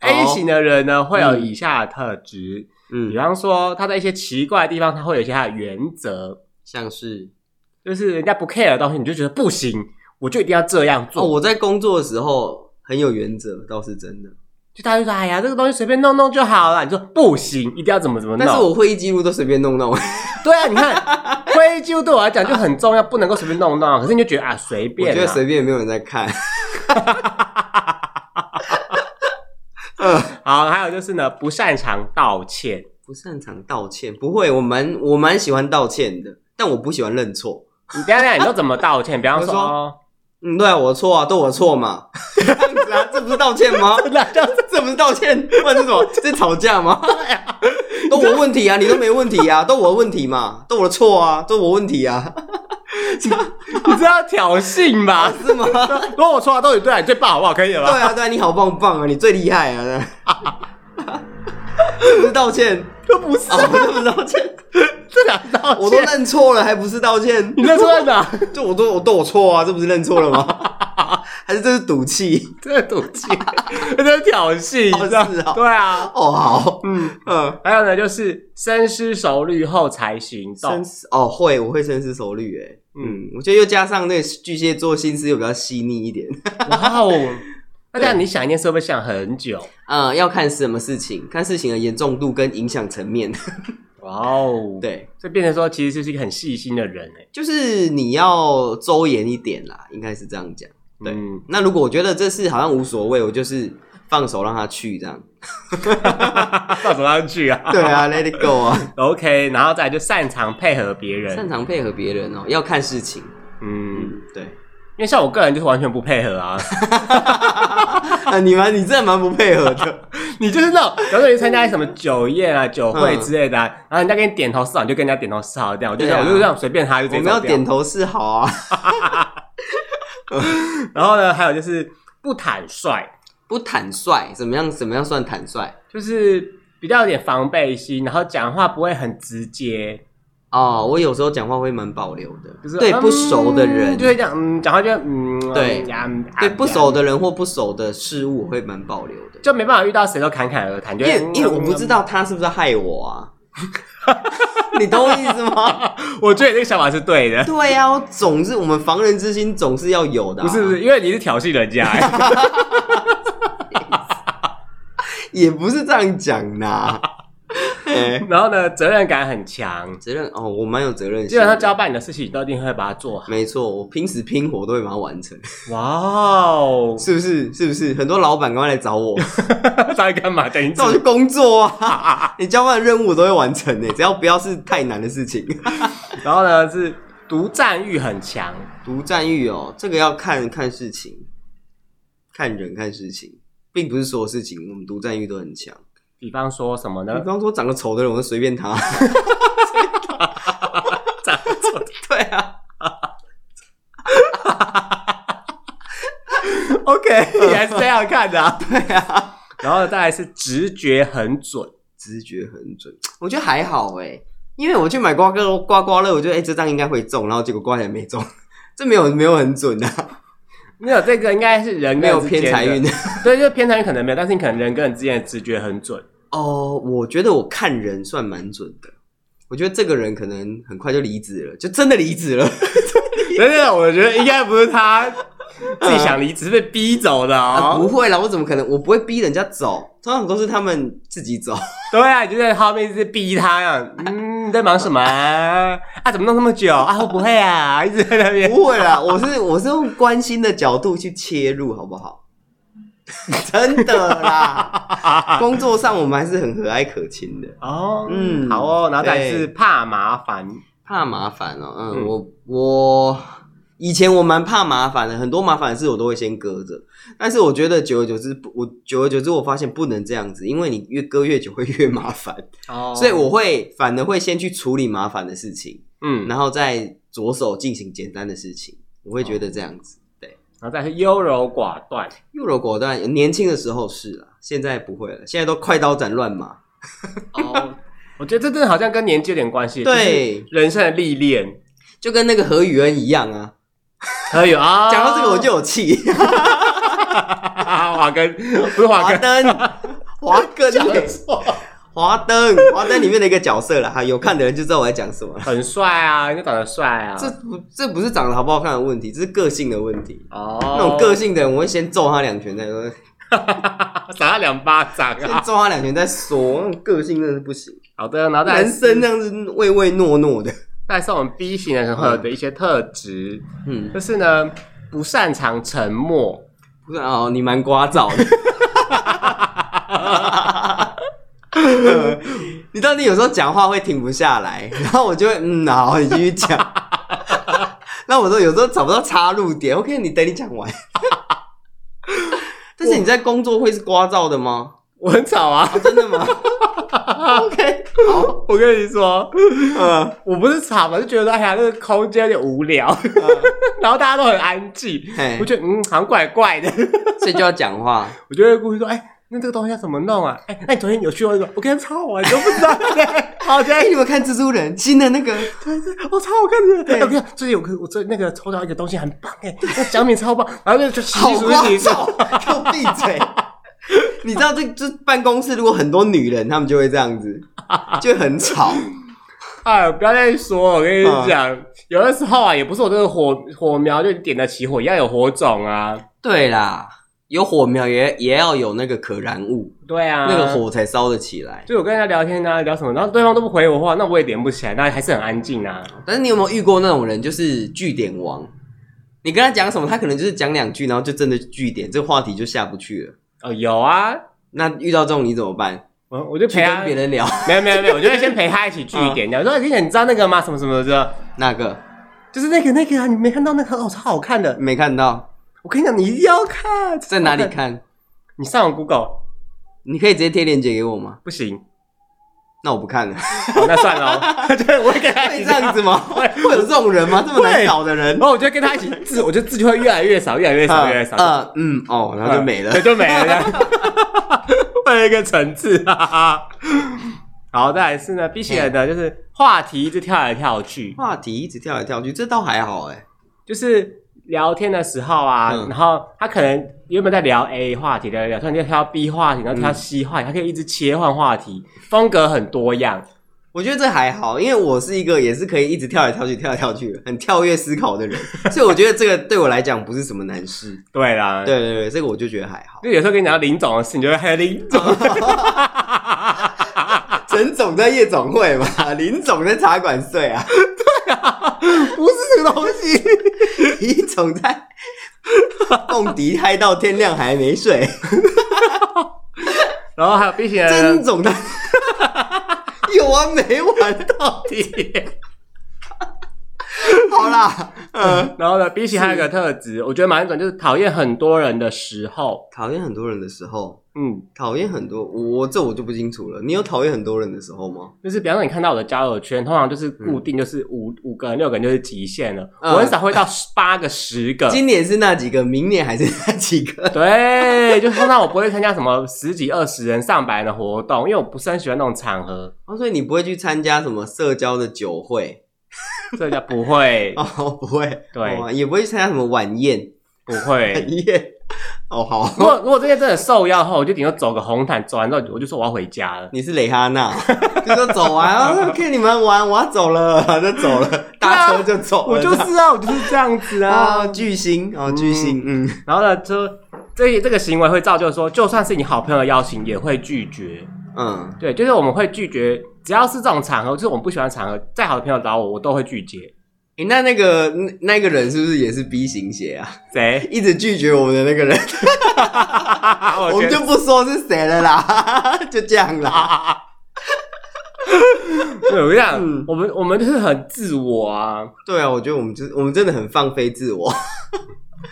[SPEAKER 2] A 型的人呢，会有以下的特质，比
[SPEAKER 1] 嗯，
[SPEAKER 2] 方说他在一些奇怪的地方，他会有一些他的原则，
[SPEAKER 1] 像是
[SPEAKER 2] 就是人家不 care 的东西，你就觉得不行，我就一定要这样
[SPEAKER 1] 哦，
[SPEAKER 2] 做。
[SPEAKER 1] 我在工作的时候很有原则，倒是真的。
[SPEAKER 2] 就大家就说，哎呀，这个东西随便弄弄就好了。你说不行，一定要怎么怎么弄。
[SPEAKER 1] 但是我会议记录都随便弄弄，
[SPEAKER 2] 对啊，你看，灰就对我来讲就很重要，不能够随便弄弄。可是你就觉得啊，随
[SPEAKER 1] 我
[SPEAKER 2] 便、啊，
[SPEAKER 1] 觉得随便也没有人在看。 嗯，
[SPEAKER 2] 好。还有就是呢，不擅长道歉。
[SPEAKER 1] 不擅长道歉，不会，我蛮我蛮喜欢道歉的，但我不喜欢认错。
[SPEAKER 2] 你等一下等一下，你都怎么道歉？比方
[SPEAKER 1] 我
[SPEAKER 2] 说，
[SPEAKER 1] 说
[SPEAKER 2] 哦
[SPEAKER 1] 嗯，对啊，我错啊，都我错嘛， 这样子啊，这不是道歉吗？
[SPEAKER 2] 那这样
[SPEAKER 1] 这不是道歉，不然是什么？这是吵架吗？ 都我问题啊，你都没问题啊，都我问题嘛，都我的错啊，都我问题啊，
[SPEAKER 2] 你知道挑 衅吧？
[SPEAKER 1] 是吗？
[SPEAKER 2] 如果我错了，都你对啊，你最棒好不好？可以了
[SPEAKER 1] 对
[SPEAKER 2] 吧？
[SPEAKER 1] 啊，对啊，你好棒棒啊，你最厉害啊！ 这不是道歉，
[SPEAKER 2] 这不是
[SPEAKER 1] 啊，不是不是道歉，
[SPEAKER 2] 这哪是道
[SPEAKER 1] 我都
[SPEAKER 2] 歉？
[SPEAKER 1] 认错了，还不是道歉？
[SPEAKER 2] 你认错在哪？
[SPEAKER 1] 就我都我都我错啊，这不是认错了吗？ 还是这是赌气？
[SPEAKER 2] 这赌 气，这是挑衅，你知道
[SPEAKER 1] 哦是哦
[SPEAKER 2] 对啊，
[SPEAKER 1] 哦，好，
[SPEAKER 2] 嗯。
[SPEAKER 1] 嗯，
[SPEAKER 2] 还有呢，就是深思熟虑后才行
[SPEAKER 1] 深
[SPEAKER 2] 动。
[SPEAKER 1] 思哦会，我会深思熟虑，哎，嗯，我觉得又加上那个巨蟹座心思又比较细腻一 点。
[SPEAKER 2] 哇哦！那这样你想一件事会不会想很久？
[SPEAKER 1] 呃，要看什么事情，看事情的严重度跟影响层 面。
[SPEAKER 2] 哇哦！，
[SPEAKER 1] 对，
[SPEAKER 2] 这变成说其实就是一个很细心的人哎。
[SPEAKER 1] 就是你要周延一点啦，应该是这样讲。对
[SPEAKER 2] 嗯，
[SPEAKER 1] 那如果我觉得这事好像无所谓，我就是放手让他去这样。
[SPEAKER 2] 到手上去啊。
[SPEAKER 1] 对啊，Let it go 啊，
[SPEAKER 2] OK，然后再来就擅长配合别人。
[SPEAKER 1] 擅长配合别人哦、要看事情。
[SPEAKER 2] 嗯，
[SPEAKER 1] 嗯，对。
[SPEAKER 2] 因为像我个人就是完全不配合啊。
[SPEAKER 1] 啊，你蛮你真的蛮不配合的。
[SPEAKER 2] 你就是那种，比如说你参加什么酒宴啊、酒会之类的、啊，然后人家给你点头是好，你就跟人家点头是好这样，我就这样，
[SPEAKER 1] 嗯对啊
[SPEAKER 2] 我就这样随便他就直
[SPEAKER 1] 我
[SPEAKER 2] 接
[SPEAKER 1] 们要
[SPEAKER 2] 走掉
[SPEAKER 1] 点。头是好啊，
[SPEAKER 2] 然后呢，还有就是不坦率，
[SPEAKER 1] 不坦率，怎么样？怎么样算坦率？
[SPEAKER 2] 就是比较有点防备心，然后讲话不会很直接，
[SPEAKER 1] 哦，我有时候讲话会蛮保留的，
[SPEAKER 2] 嗯就是
[SPEAKER 1] 对
[SPEAKER 2] 嗯
[SPEAKER 1] 不熟的人，
[SPEAKER 2] 就会讲，嗯，讲话就嗯，
[SPEAKER 1] 对
[SPEAKER 2] 嗯呀嗯
[SPEAKER 1] 对
[SPEAKER 2] 啊
[SPEAKER 1] 不熟
[SPEAKER 2] 呀
[SPEAKER 1] 的人或不熟的事物，我会蛮保留的。
[SPEAKER 2] 就嗯没办法遇到谁都侃侃而谈，就
[SPEAKER 1] 因为因为我不知，道他是不是害我 啊，你懂我意思吗？
[SPEAKER 2] 嗯我觉得你这个想法是对的，
[SPEAKER 1] 对呀、啊，我总是我们防人之心总是要有的、啊
[SPEAKER 2] 不是不，是，因为你是挑衅人家、 欸
[SPEAKER 1] 也不是这样讲 啦。哎
[SPEAKER 2] 然后呢，责任感很强，
[SPEAKER 1] 责任哦，我蛮有责任心的，
[SPEAKER 2] 基本上交办你的事情，你都一定会把它做好。
[SPEAKER 1] 没错，我拼死拼活都会把它完成，
[SPEAKER 2] 哇 哦！
[SPEAKER 1] 是不是？是不是？很多老板赶快来找我，
[SPEAKER 2] 到底干嘛？等你
[SPEAKER 1] 找我去工作啊！ 你交办的任务我都会完成诶，只要不要是太难的事情。
[SPEAKER 2] 然后呢是独占欲很强，
[SPEAKER 1] 独占欲哦，这个要看看事情，看人看事情，并不是所有事情我们独占欲都很强。
[SPEAKER 2] 比方说什么
[SPEAKER 1] 比
[SPEAKER 2] 呢？
[SPEAKER 1] 方说长得丑的人，我就随便他。 对啊，
[SPEAKER 2] OK，你还是这样看的、啊。
[SPEAKER 1] 对啊，
[SPEAKER 2] 然后再来是直觉很准，
[SPEAKER 1] 直觉很准，我觉得还好哎、因为我去买刮刮刮刮乐，我觉得哎、这张应该会中，然后结果刮起来没中，这没有没有很准啊，
[SPEAKER 2] 没有这个应该是人
[SPEAKER 1] 没
[SPEAKER 2] 跟人
[SPEAKER 1] 有
[SPEAKER 2] 之间
[SPEAKER 1] 偏财
[SPEAKER 2] 的
[SPEAKER 1] 运。
[SPEAKER 2] 对，就偏财运可能没有，但是你可能人跟人之间的直觉很 准。
[SPEAKER 1] 哦，我觉得我看人算蛮准的。我觉得这个人可能很快就离职了，就真的离职 了。
[SPEAKER 2] 真的，我觉得应该不是他自己想离职，是被逼走 的
[SPEAKER 1] 啊， 不
[SPEAKER 2] 哦。
[SPEAKER 1] 会啦，我怎么可能？我不会逼人家走，通常都是他们自己走。
[SPEAKER 2] 对啊，你就在后面一直逼他呀。嗯，你在忙什么啊？啊，怎么弄那么久啊？会不会啊？一直在那边。
[SPEAKER 1] 不会啦，我是我是用关心的角度去切入，好不 好？真的啦，工作上我们还是很和蔼可亲的。
[SPEAKER 2] 哦，
[SPEAKER 1] 嗯
[SPEAKER 2] 嗯，好哦，然后再来
[SPEAKER 1] 对
[SPEAKER 2] 是怕麻烦，
[SPEAKER 1] 怕麻烦哦，嗯，
[SPEAKER 2] 嗯
[SPEAKER 1] 我我以前我蛮怕麻烦的，很多麻烦的事我都会先搁着。但是我觉得久而久之不，我久而久之我发现不能这样子，因为你越搁越久会越麻烦，
[SPEAKER 2] 哦
[SPEAKER 1] 所以我会反而会先去处理麻烦的事情，
[SPEAKER 2] 嗯，然
[SPEAKER 1] 然后再着手进行简单的事情。我会觉得这样子，对，
[SPEAKER 2] 后再来是优柔寡 断，
[SPEAKER 1] 优柔寡断，年轻的时候是啦，现在不会了，现在都快刀斩乱麻。
[SPEAKER 2] 哦，我觉得这真的好像跟年纪有点关系，
[SPEAKER 1] 对，
[SPEAKER 2] 就是人生的历练。
[SPEAKER 1] 就跟那个何宇恩一样啊，
[SPEAKER 2] 还有啊，
[SPEAKER 1] 讲到这个我就有气。
[SPEAKER 2] 华根不是华
[SPEAKER 1] 华
[SPEAKER 2] 根，
[SPEAKER 1] 灯，华根欸，
[SPEAKER 2] 错，
[SPEAKER 1] 华灯， 华灯里面的一个角色啦，哈，有看的人就知道我在讲什么了。
[SPEAKER 2] 很帅啊，人家长得帅啊，
[SPEAKER 1] 这不这不是长得好不好看的问题，这是个性的问题。
[SPEAKER 2] 哦，
[SPEAKER 1] 那种 个性的人，我会先揍他两拳再说，
[SPEAKER 2] 赏他两巴掌
[SPEAKER 1] 先
[SPEAKER 2] 啊！
[SPEAKER 1] 揍他两拳再说。那种个性真的是不行，
[SPEAKER 2] 好的，然后再来
[SPEAKER 1] 男
[SPEAKER 2] 是
[SPEAKER 1] 生这样子唯唯诺诺的，
[SPEAKER 2] 再来是我们 B 型的时候的一些特质，
[SPEAKER 1] 嗯，
[SPEAKER 2] 就是呢不擅长沉默，
[SPEAKER 1] 不是哦，你蛮聒噪的。呃你到底有时候讲话会停不下来，然后我就会嗯，好，你继续 讲。那我说有时候找不到插入点，OK，你等你讲 完。但是你在工作会是聒噪的吗？
[SPEAKER 2] 我很吵啊！
[SPEAKER 1] 真的吗？OK，好，
[SPEAKER 2] 我跟你说，
[SPEAKER 1] 呃，
[SPEAKER 2] 我不是吵嘛，就觉得哎呀，这个空间有点无聊，
[SPEAKER 1] 嗯
[SPEAKER 2] 然后大家都很安静，
[SPEAKER 1] 嘿
[SPEAKER 2] 我觉得嗯，好像怪怪的，
[SPEAKER 1] 所以就要讲话。
[SPEAKER 2] 我就会故意说，哎、那这个东西要怎么弄啊？哎、那你昨天有去过一个？我跟他超好玩，你都不知道。好，今
[SPEAKER 1] 哎、
[SPEAKER 2] 天
[SPEAKER 1] 你们看蜘蛛人新的那个，
[SPEAKER 2] 我超好看
[SPEAKER 1] 对
[SPEAKER 2] 的。对，我跟你讲，最近有个我最那个抽到一个东西很棒哎，那奖品超棒，然后就就洗
[SPEAKER 1] 好
[SPEAKER 2] 洗数
[SPEAKER 1] 聒
[SPEAKER 2] 洗数。
[SPEAKER 1] 噪， 给我闭嘴！你知道这这办公室如果很多女人，她们就会这样 子，就会很吵。
[SPEAKER 2] 哎，不要再说，我跟你讲，有的时候啊，也不是我这个火火苗就点得起火，要有火种啊。
[SPEAKER 1] 对啦，有火苗也也要有那个可燃物，
[SPEAKER 2] 对啊，
[SPEAKER 1] 那个。火才烧得起来。
[SPEAKER 2] 就我跟人家聊天啊，聊什么，然后对方都不回我话，那我也点不起来，那还是很安静啊。
[SPEAKER 1] 但是你有没有遇过那种人，就是据点王？你跟他讲什么，他可能就是讲两句，然后就真的据点，这个话题就下不去了。
[SPEAKER 2] 哦，有啊，
[SPEAKER 1] 那遇到这种你怎么办？
[SPEAKER 2] 我我就
[SPEAKER 1] 去
[SPEAKER 2] 陪他
[SPEAKER 1] 跟别，人嗯聊
[SPEAKER 2] 没有没有没有，我就会先陪他一起聚一点，讲说，哎跟你讲，你知道那个吗？什么什么的，
[SPEAKER 1] 那个
[SPEAKER 2] 就是那个那个啊，你没看到那个哦，超好看的。
[SPEAKER 1] 没看到，
[SPEAKER 2] 我跟你讲，你一定要看，
[SPEAKER 1] 在哪里？看？
[SPEAKER 2] 你上网 Google
[SPEAKER 1] 你可以直接贴链接给我吗？
[SPEAKER 2] 不行，
[SPEAKER 1] 那我不看了。
[SPEAKER 2] 好那算了哦， 对，我会跟 他
[SPEAKER 1] 会
[SPEAKER 2] 一
[SPEAKER 1] 这
[SPEAKER 2] 起看
[SPEAKER 1] 样子吗？会会有这种人吗？这么难搞的人
[SPEAKER 2] 然，后我就跟他一起字，我觉得字就会越来越少，越来越少，越来越少，
[SPEAKER 1] 嗯嗯哦，然后就没了
[SPEAKER 2] 对，。就没了这样， 换了一个层次， 哈哈。好，再来是呢，B 型人呢，就是话题一直跳来跳去，
[SPEAKER 1] 话题一直跳来跳去，这倒还好哎。
[SPEAKER 2] 就是聊天的时候啊，
[SPEAKER 1] 嗯
[SPEAKER 2] 然后他可能原本在聊 A 话题，聊聊聊，突然间跳到 B 话题，然后跳到 C 话题，他可以一直切换话题，风格很多样。
[SPEAKER 1] 我觉得这还好，因为我是一个也是可以一直跳来跳去、跳来跳去、很跳跃思考 的人，所以我觉得这个对我来讲不是什么难事。
[SPEAKER 2] 对啦，
[SPEAKER 1] 对对对，这个我就觉得还好。
[SPEAKER 2] 就有时候跟你讲到林总的事，你就会还有林总，
[SPEAKER 1] 陈总在夜总会 嘛，林总在茶馆睡 啊，
[SPEAKER 2] 不是这个东西。
[SPEAKER 1] 李总在蹦迪嗨到天亮还没睡，
[SPEAKER 2] 然后还有 B 型人
[SPEAKER 1] 曾
[SPEAKER 2] 呢
[SPEAKER 1] 总在有完没完？
[SPEAKER 2] 到底，
[SPEAKER 1] 好啦，嗯，
[SPEAKER 2] 然后呢，比起他有一个特质，我觉得马英九就是讨厌很多人的时候，
[SPEAKER 1] 讨厌很多人的时候，
[SPEAKER 2] 嗯，
[SPEAKER 1] 讨厌很多我这我就不清楚了。你有讨厌很多人的时候吗？
[SPEAKER 2] 就是比方说你看到我的交友圈，通常就是固定就是五、五个人、六个人就是极限了，
[SPEAKER 1] 嗯
[SPEAKER 2] 我很少会到八个、十个。
[SPEAKER 1] 今年是那几个，明年还是那几个？
[SPEAKER 2] 对，就通常我不会参加什么十几、二十人、上百人的活动，因为我不是很喜欢那种场合，
[SPEAKER 1] 哦，所以你不会去参加什么社交的酒会
[SPEAKER 2] 所以就不会，
[SPEAKER 1] 哦，不会，
[SPEAKER 2] 对
[SPEAKER 1] 哦也不会去参加什么晚宴，
[SPEAKER 2] 不会
[SPEAKER 1] 晚。宴，哦，好，
[SPEAKER 2] 如果如果这些真的受邀的话，我就顶多走个红毯，走完之后我就说我要回家了。
[SPEAKER 1] 你是蕾哈娜，就说走啊，哦看你们玩，我要走了，就走了，搭车就走了，
[SPEAKER 2] 我就是啊，我就是这样子啊。
[SPEAKER 1] 啊，巨星哦，巨星，嗯，
[SPEAKER 2] 然后呢，就这这个行为会造就说，就算是你好朋友的邀请，也会拒绝。
[SPEAKER 1] 嗯，
[SPEAKER 2] 对，就是我们会拒绝，只要是这种场合，就是我们不喜欢的场合，再好的朋友找我，我都会拒绝。
[SPEAKER 1] 诶那那个那那个人是不是也是 B 型血啊？
[SPEAKER 2] 谁？
[SPEAKER 1] 一直拒绝我们的那个人，
[SPEAKER 2] 我
[SPEAKER 1] 我们
[SPEAKER 2] 觉
[SPEAKER 1] 就
[SPEAKER 2] 得
[SPEAKER 1] 不说是谁了啦， 就这样啦。
[SPEAKER 2] 对，我跟你讲，
[SPEAKER 1] 嗯
[SPEAKER 2] 我们我们就是很自我啊。
[SPEAKER 1] 对啊，我觉得我们就是我们真的很放飞自我，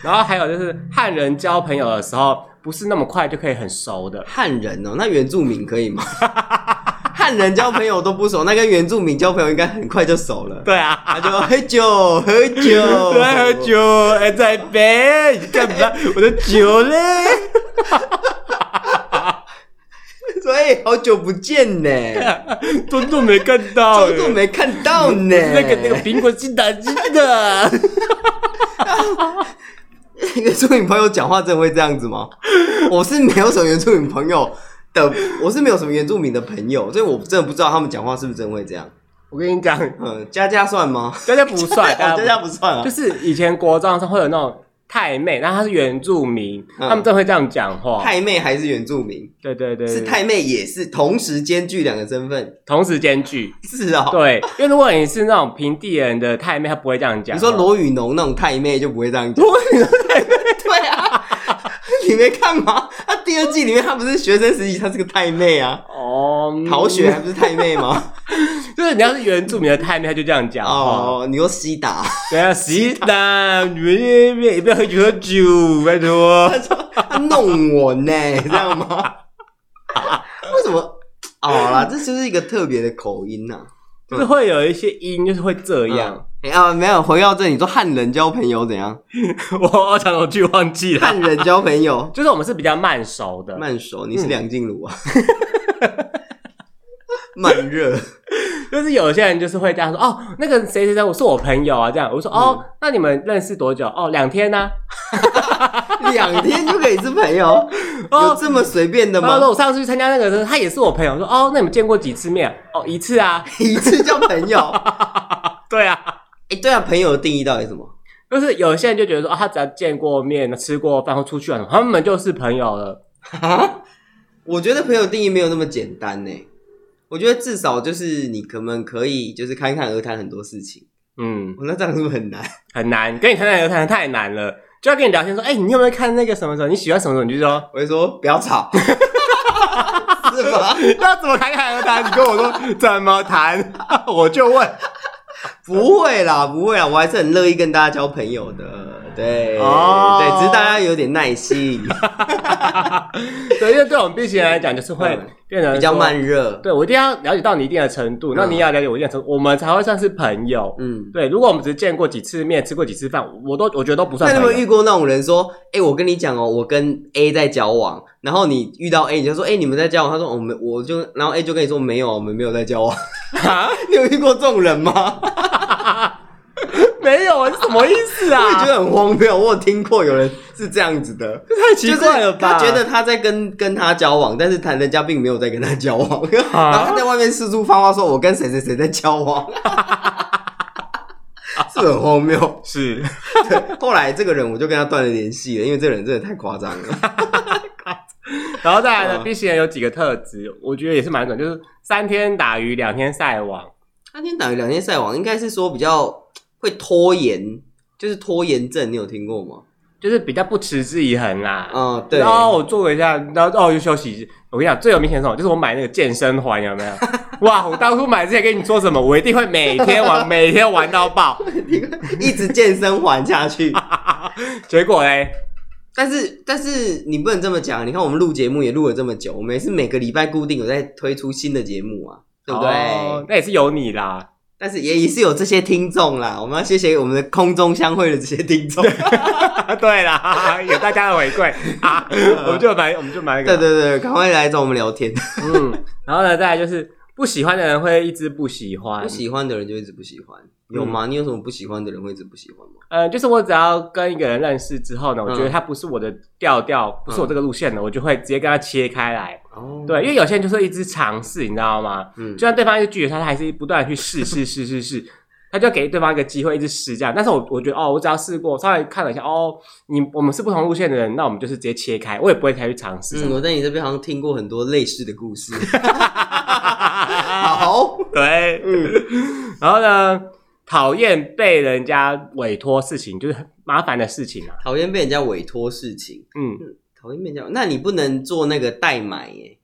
[SPEAKER 2] 然后还有就是汉人交朋友的时候，不是那么快就可以很熟的。
[SPEAKER 1] 汉人哦，那原住民可以吗？ 汉人交朋友都不熟，那跟原住民交朋友应该很快就熟了。
[SPEAKER 2] 对啊，
[SPEAKER 1] 他 就喝酒，喝酒，
[SPEAKER 2] 对，喝酒，哎，再杯，你干嘛？我的酒嘞？
[SPEAKER 1] 所以好久不见呢，
[SPEAKER 2] 墩墩没看到，哎
[SPEAKER 1] 周都没看到呢。
[SPEAKER 2] 哦 那个那个苹果是哪只的？
[SPEAKER 1] 原住民朋友讲话真的会这样子吗？ 我是没有什么原住民朋友的，我是没有什么原住民的朋友，所以我真的不知道他们讲话是不是真会这样。
[SPEAKER 2] 我跟你讲，
[SPEAKER 1] 嗯，佳佳算吗？
[SPEAKER 2] 大家不 算，
[SPEAKER 1] 哦
[SPEAKER 2] 大
[SPEAKER 1] 佳
[SPEAKER 2] 家
[SPEAKER 1] 佳不算
[SPEAKER 2] 就
[SPEAKER 1] 啊。
[SPEAKER 2] 是以前国中上会有那种太妹，然后她是原住民，
[SPEAKER 1] 嗯
[SPEAKER 2] 他们真的会这样讲话。
[SPEAKER 1] 太妹还是原住民，
[SPEAKER 2] 对对对，
[SPEAKER 1] 是
[SPEAKER 2] 对
[SPEAKER 1] 太妹也是同时兼具两个身份，
[SPEAKER 2] 同时间距。
[SPEAKER 1] 是啊、哦。
[SPEAKER 2] 对，因为如果你是那种平地人的太妹，她不会这样讲。
[SPEAKER 1] 你说罗宇农那种太妹就不会这样讲，
[SPEAKER 2] 罗宇农
[SPEAKER 1] 对啊， 你没看吗？他啊第二季里面他不是学生时期，他是个太妹啊，
[SPEAKER 2] 哦，
[SPEAKER 1] 逃学还不是太妹 吗？
[SPEAKER 2] 就是你要是原住民的太妹，她就这样讲话。
[SPEAKER 1] 哦，你说西达，
[SPEAKER 2] 对啊，洗澡，你们也不要喝酒喝酒，拜托。
[SPEAKER 1] 他弄我呢， 知道吗？ 为什么？哦好啦，这就是一个特别的口音呐、啊。
[SPEAKER 2] 就是会有一些音，就是会这
[SPEAKER 1] 一
[SPEAKER 2] 样。
[SPEAKER 1] 哎、啊，没有回到这里，你说汉人交朋友怎样？
[SPEAKER 2] 我我讲我句忘记了，
[SPEAKER 1] 汉人交朋友
[SPEAKER 2] 就是我们是比较慢熟的，
[SPEAKER 1] 慢熟，你是梁静茹啊？ 慢热，
[SPEAKER 2] 就是有些人就是会这样说哦，那个谁谁谁，我是我朋友啊，这样我说哦，
[SPEAKER 1] 嗯
[SPEAKER 2] 那你们认识多久？哦，两天呢、
[SPEAKER 1] 两天就可以是朋友，有
[SPEAKER 2] 哦，
[SPEAKER 1] 这么随便的
[SPEAKER 2] 然后
[SPEAKER 1] 吗
[SPEAKER 2] 说？我上次去参加那个时候，他也是我朋友，我说哦，那你们见过几次面啊？哦，一次啊，
[SPEAKER 1] 一次交朋友？
[SPEAKER 2] 对啊。
[SPEAKER 1] 哎、对啊，朋友的定义到底是什么？
[SPEAKER 2] 就是有些人就觉得说，哦，他只要见过面、吃过饭或出去玩，他们就是朋友了。
[SPEAKER 1] 啊，我觉得朋友定义没有那么简单呢。我觉得至少就是你可能可以就是侃侃而谈很多事情，
[SPEAKER 2] 嗯，
[SPEAKER 1] 哦、那这样是不是很难？
[SPEAKER 2] 很难，跟你谈谈谈太难了。就要跟你聊天说，哎、你有没有看那个什么什么？你喜欢什么什么？你就说，
[SPEAKER 1] 我会说不要吵， 是吧？
[SPEAKER 2] 那怎么侃侃而谈？你跟我说怎么谈？ 我就问
[SPEAKER 1] 不会啦，不会啦，我还是很乐意跟大家交朋友的。对，
[SPEAKER 2] 哦
[SPEAKER 1] 对，只是大家有点耐心，
[SPEAKER 2] 对，因为对我们 B 型人来讲，就是会
[SPEAKER 1] 嗯
[SPEAKER 2] 变得
[SPEAKER 1] 比较
[SPEAKER 2] 说。
[SPEAKER 1] 慢热。
[SPEAKER 2] 对，我一定要了解到你一定的程度，那你也要了解我一定的程度，我们才会算是朋友。
[SPEAKER 1] 嗯，
[SPEAKER 2] 对，如果我们只是见过几次面、吃过几次饭，我都我觉得都不
[SPEAKER 1] 那
[SPEAKER 2] 算
[SPEAKER 1] 你有没
[SPEAKER 2] 朋
[SPEAKER 1] 有
[SPEAKER 2] 友。
[SPEAKER 1] 遇过那种人说，哎、我跟你讲哦，我跟 A 在交往，然后你遇到 A，你就说，哎、你们在交往？他说，我们我就，然后 A 就跟你说，没有，我们没有在交往。
[SPEAKER 2] 啊，
[SPEAKER 1] 你有遇过这种人吗？
[SPEAKER 2] 没有啊，这什么意思
[SPEAKER 1] 我也觉
[SPEAKER 2] 啊？
[SPEAKER 1] 得很荒谬。我有听过有人是这样子的，
[SPEAKER 2] 这太奇怪了吧？
[SPEAKER 1] 就是他觉得他在跟跟他交往，但是他人家并没有在跟他交 往，
[SPEAKER 2] 啊
[SPEAKER 1] 然后他在外面四处发话说：“我跟谁谁谁在交往。” 是很荒谬。
[SPEAKER 2] 是，
[SPEAKER 1] 对，后来这个人我就跟他断了联系了，因为这个人真的太夸张了。
[SPEAKER 2] 然后再来呢
[SPEAKER 1] 嗯
[SPEAKER 2] ，B 型人有几个特质，我觉得也是蛮准，就是三天打鱼两天晒网。
[SPEAKER 1] 三天打鱼两天晒网，应该是说比较会拖延，就是拖延症，你有听过吗？
[SPEAKER 2] 就是比较不持之以恒啦。
[SPEAKER 1] 嗯，对，
[SPEAKER 2] 然后我做了一下，然后哦又休息一。我跟你讲，最有明显的是什么？就是我买那个健身环，有没有？哇！我当初买之前跟你说什么？我一定会每天 玩，每天玩到爆。
[SPEAKER 1] 一直健身环下去。
[SPEAKER 2] 结果嘞，
[SPEAKER 1] 但是但是你不能这么讲，你看我们录节目也录了这么久，我们也是每个礼拜固定有在推出新的节目啊，对不对？
[SPEAKER 2] 哦那也是有你啦。
[SPEAKER 1] 但是也也是有这些听众啦，我们要谢谢我们的空中相会的这些听众。
[SPEAKER 2] 对啦， 有大家的回馈啊，我们就买，我们就买那
[SPEAKER 1] 嗯对
[SPEAKER 2] 个。
[SPEAKER 1] 对对，赶快来找我们聊 天。
[SPEAKER 2] 嗯，然后呢，再来就是不喜欢的人会一直不喜欢，
[SPEAKER 1] 不喜欢的人就一直不喜欢，
[SPEAKER 2] 嗯
[SPEAKER 1] 有吗？你有什么不喜欢的人会一直不喜欢吗？
[SPEAKER 2] 呃，就是我只要跟一个人认识之后呢，我觉得
[SPEAKER 1] 嗯
[SPEAKER 2] 他不是我的调调，不是我这个路线的，我就会直接跟他切开来。
[SPEAKER 1] 哦
[SPEAKER 2] 对，因，为有些人就是一直尝试，你知道吗？
[SPEAKER 1] 嗯
[SPEAKER 2] 就，算对方一直拒绝他，他还是不断的去试试试试试， 他就给对方一个机会，一直试这样。但是我我觉得哦，我只要试过，稍微看了一下，哦，你我们是不同路线的人，那我们就是直接切开，我也不会再去尝试什
[SPEAKER 1] 嗯，
[SPEAKER 2] 么。
[SPEAKER 1] 我在你这边好像听过很多类似的故事。 好，
[SPEAKER 2] 对，嗯，然后呢，讨厌被人家委托事情，就是很麻烦的事情啊。
[SPEAKER 1] 讨厌被人家委托事情，
[SPEAKER 2] 嗯，
[SPEAKER 1] 讨厌被人家，那你不能做那个代买耶。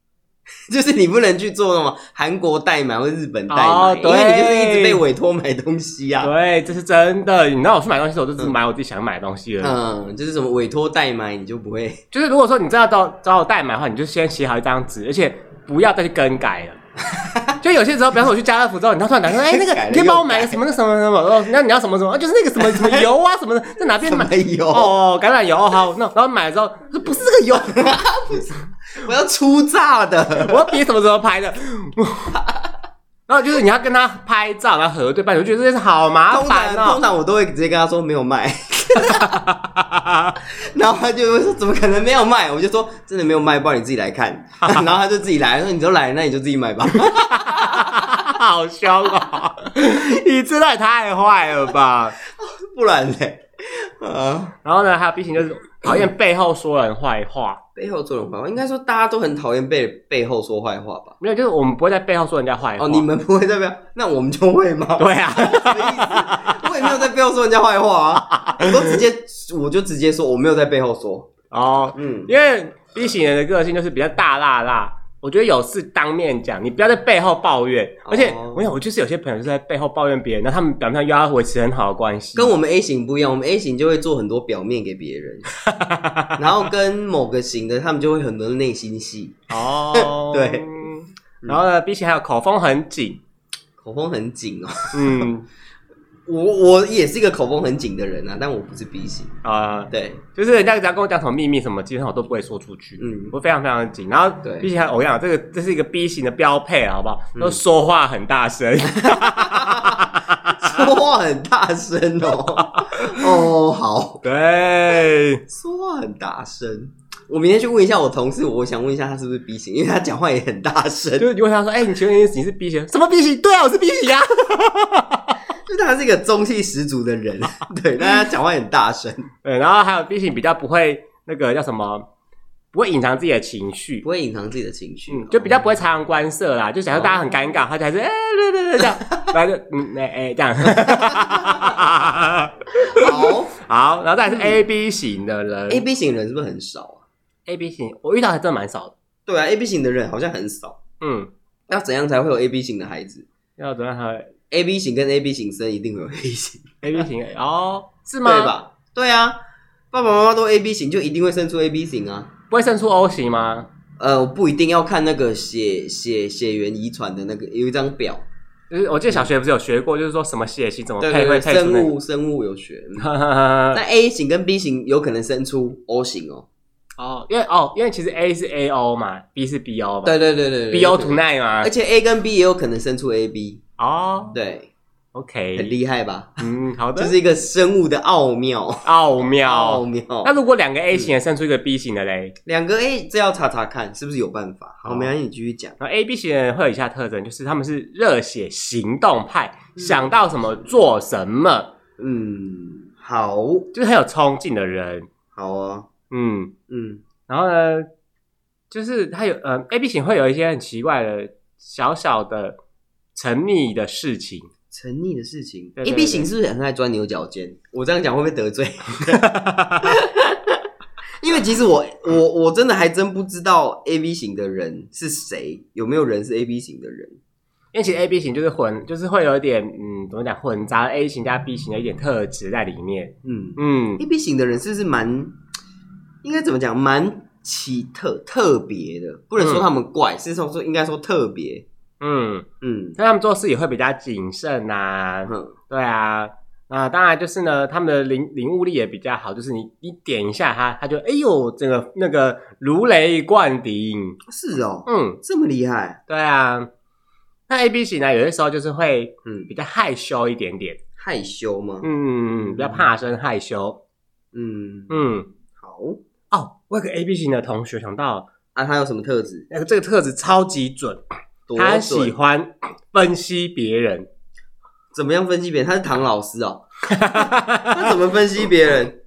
[SPEAKER 1] 就是你不能去做那种韩国代买或日本代买，
[SPEAKER 2] 哦
[SPEAKER 1] 因为你就是一直
[SPEAKER 2] 对
[SPEAKER 1] 被委托买东西啊。
[SPEAKER 2] 对，这是真的。你知道我去买东西的时候，我就只买我自己想买的东西了。
[SPEAKER 1] 嗯，就是什么委托代买，你就不会
[SPEAKER 2] 就是如果说你真的要找找我代买的话，你就先写好一张纸，而且不要再去更改了。 就有些时候，比方说我去家乐福之后，你到突然打说，哎、那个
[SPEAKER 1] 改了
[SPEAKER 2] 你可以帮我买
[SPEAKER 1] 又
[SPEAKER 2] 个
[SPEAKER 1] 改
[SPEAKER 2] 什么什么什么，哦，那你要什么什么，啊就是那个什么什么油啊什么的，在哪边
[SPEAKER 1] 什么
[SPEAKER 2] 买？
[SPEAKER 1] 有，
[SPEAKER 2] 哦，橄榄油，哦好，那然后买了之后，说不是这个油，
[SPEAKER 1] 我要出炸的。
[SPEAKER 2] 我要比什么时候拍的。 然后就是你要跟他拍照，然后核对半，我觉得这是好麻
[SPEAKER 1] 通常
[SPEAKER 2] 烦哦
[SPEAKER 1] 通。常我都会直接跟他说没有卖， 然后他就会说怎么可能没有卖？我就说真的没有卖，不然你自己来看。 然后他就自己来，说你都来了，那你就自己买吧。
[SPEAKER 2] 好凶哦！ 你真的太坏了吧？
[SPEAKER 1] 不然嘞， 啊，
[SPEAKER 2] 然后呢，还有 B 型就是讨厌背后说人坏话，
[SPEAKER 1] 背后说人坏话，应该说大家都很讨厌被背后说坏话吧？
[SPEAKER 2] 没有，就是我们不会在背后说人家坏话。
[SPEAKER 1] 哦，你们不会代表，那我们就会吗？
[SPEAKER 2] 对啊，
[SPEAKER 1] 什么意思？我也没有在背后说人家坏话 啊，我都直接，我就直接说我没有在背后说，
[SPEAKER 2] 哦，
[SPEAKER 1] 嗯，
[SPEAKER 2] 因为 B 型人的个性就是比较大辣辣。我觉得有事当面讲，你不要在背后抱怨。而且
[SPEAKER 1] 哦
[SPEAKER 2] 我想，我就是有些朋友就是在背后抱怨别人，然后他们表面上又要维持很好的关系。
[SPEAKER 1] 跟我们 A 型不一样，我们 A 型就会做很多表面给别 人，然后跟某个型的他们就会很多内心戏，
[SPEAKER 2] 哦
[SPEAKER 1] 对。
[SPEAKER 2] 然后呢，B 型还有口风很紧，
[SPEAKER 1] 口风很紧哦。
[SPEAKER 2] 嗯
[SPEAKER 1] 我我也是一个口风很紧的人啊，但我不是 B 型。
[SPEAKER 2] 啊、
[SPEAKER 1] 对，
[SPEAKER 2] 就是人家只要跟我讲什么秘密什么，基本上我都不会说出去，
[SPEAKER 1] 嗯
[SPEAKER 2] 我非常非常的紧。然后
[SPEAKER 1] 对嗯
[SPEAKER 2] B 型还有我跟你讲，这个这是一个 B 型的标配啊，好不好？都说话很大 声，
[SPEAKER 1] 说话很大声 哦。哦，好，
[SPEAKER 2] 对，
[SPEAKER 1] 说话很大声。我明天去问一下我同事，我想问一下他是不是 B 型，因为他讲话也很大声，
[SPEAKER 2] 就是你问他说，哎、你请问你是 B 型？什么 B 型？对啊，我是 B 型啊。
[SPEAKER 1] 就是他是一个中气十足的 人，对，但他讲话很大声，
[SPEAKER 2] 对，然后还有 B 型比较不会那个叫什么，不会隐藏自己的情绪
[SPEAKER 1] 不。会隐藏自己的情绪，
[SPEAKER 2] 嗯，就比较不会察言观色啦，就假如大家很尴尬，他就还是哎对对对这样，然后就嗯哎哎这样，
[SPEAKER 1] 好。
[SPEAKER 2] 好，然后再来是 A B 型的
[SPEAKER 1] 嗯
[SPEAKER 2] 人
[SPEAKER 1] A B 型人是不是很少啊？
[SPEAKER 2] A B 型，我遇到还真的蛮少的。
[SPEAKER 1] 对啊，A B 型的人好像很少。
[SPEAKER 2] 嗯，
[SPEAKER 1] 要怎样才会有 A B 型的孩子
[SPEAKER 2] 要怎么样才会
[SPEAKER 1] ？A B 型跟 A B 型生一定会有 A 型，
[SPEAKER 2] A B 型哦，是吗？
[SPEAKER 1] 对？吧？对啊，爸爸妈妈都 A B 型，就一定会生出 A B 型啊。
[SPEAKER 2] 不会生出 O 型吗？
[SPEAKER 1] 呃，不一定要看那个血血血缘遗传的那个，有一张表，
[SPEAKER 2] 就是我记得小学不是有学过，就是说什么血型怎么
[SPEAKER 1] 对
[SPEAKER 2] 配
[SPEAKER 1] 对
[SPEAKER 2] 会
[SPEAKER 1] 对，
[SPEAKER 2] 配出
[SPEAKER 1] 生
[SPEAKER 2] 那
[SPEAKER 1] 物生物有学。嗯那
[SPEAKER 2] 个。
[SPEAKER 1] A 型跟 B 型有可能生出 O 型哦。
[SPEAKER 2] 哦，因为哦，因为其实 A 是 A O 嘛，B 是 B O 嘛，
[SPEAKER 1] 对对对对对哎
[SPEAKER 2] ，B O
[SPEAKER 1] 有可能
[SPEAKER 2] tonight 嘛
[SPEAKER 1] 而，且 A 跟 B 也有可能生出 AB，
[SPEAKER 2] 哦
[SPEAKER 1] 对，很
[SPEAKER 2] ，OK，
[SPEAKER 1] 厉害吧？
[SPEAKER 2] 嗯，好的，
[SPEAKER 1] 这是一个生物的奥妙，
[SPEAKER 2] 奥
[SPEAKER 1] 奥
[SPEAKER 2] 妙。
[SPEAKER 1] 妙。嗯
[SPEAKER 2] 那如果两个 A 型的生出一个 B 型的嘞，
[SPEAKER 1] 两个 A 这要查查看是不是有办法。好，
[SPEAKER 2] 好
[SPEAKER 1] 没关系，你继续讲。
[SPEAKER 2] 然后 A B 型的人会有以下特征，就是他们是热血行动派，想到什么做什么，
[SPEAKER 1] 嗯，好，
[SPEAKER 2] 就是很有冲劲的人。
[SPEAKER 1] 好啊，
[SPEAKER 2] 嗯，
[SPEAKER 1] 嗯，
[SPEAKER 2] 然后呢，就是他有呃 A B 型会有一些很奇怪的小小的沉溺的事情，
[SPEAKER 1] 沉溺的事情
[SPEAKER 2] 对对
[SPEAKER 1] ，A
[SPEAKER 2] 对
[SPEAKER 1] B 型是不是很爱钻牛角尖？我这样讲会不会得罪？以其实我我我真的还真不知道 A B 型的人是谁，有没有人是 A B 型的人？
[SPEAKER 2] 因为其实 A B 型就是混，就是会有一点嗯，怎么讲，混杂 A 型加 B 型的一点特质在里面。
[SPEAKER 1] 嗯
[SPEAKER 2] 嗯，
[SPEAKER 1] ，A B 型的人是不是蛮应该怎么讲，蛮奇特特别的？不能说他们怪，是说说应该说特别。
[SPEAKER 2] 嗯，
[SPEAKER 1] 嗯
[SPEAKER 2] 那他们做事也会比较谨慎呐、
[SPEAKER 1] 哼
[SPEAKER 2] 对啊，那当然就是呢，他们的领领悟力也比较好，就是你你点一下他，他就哎呦，整个那个如雷贯顶。
[SPEAKER 1] 是哦，
[SPEAKER 2] 嗯，
[SPEAKER 1] 这么厉害。
[SPEAKER 2] 对啊。那 A B 型呢，有些时候就是会
[SPEAKER 1] 嗯，
[SPEAKER 2] 比较害羞一点点，
[SPEAKER 1] 害羞吗？
[SPEAKER 2] 嗯，比较怕生害羞，
[SPEAKER 1] 嗯，
[SPEAKER 2] 嗯。
[SPEAKER 1] 好。
[SPEAKER 2] 哦，我有个 A B 型的同学想到，
[SPEAKER 1] 啊，他有什么特质？
[SPEAKER 2] 那个这个特质超级准，
[SPEAKER 1] 多
[SPEAKER 2] 他
[SPEAKER 1] 准
[SPEAKER 2] 喜欢分析别人，
[SPEAKER 1] 怎么样分析别人？他是唐老师 哦，他怎么分析别人？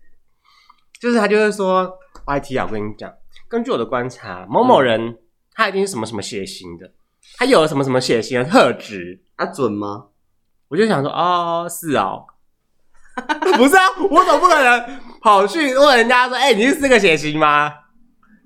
[SPEAKER 2] 就是他就会说，YT 啊，我跟你讲，根据我的观察，某某人、他一定是什么什么血型的，他有了什么什么血型的特质，
[SPEAKER 1] 他、啊准吗？
[SPEAKER 2] 我就想说，哦，是哦， 不是啊，我总不可能跑去问人家说，哎、你是这个血型吗？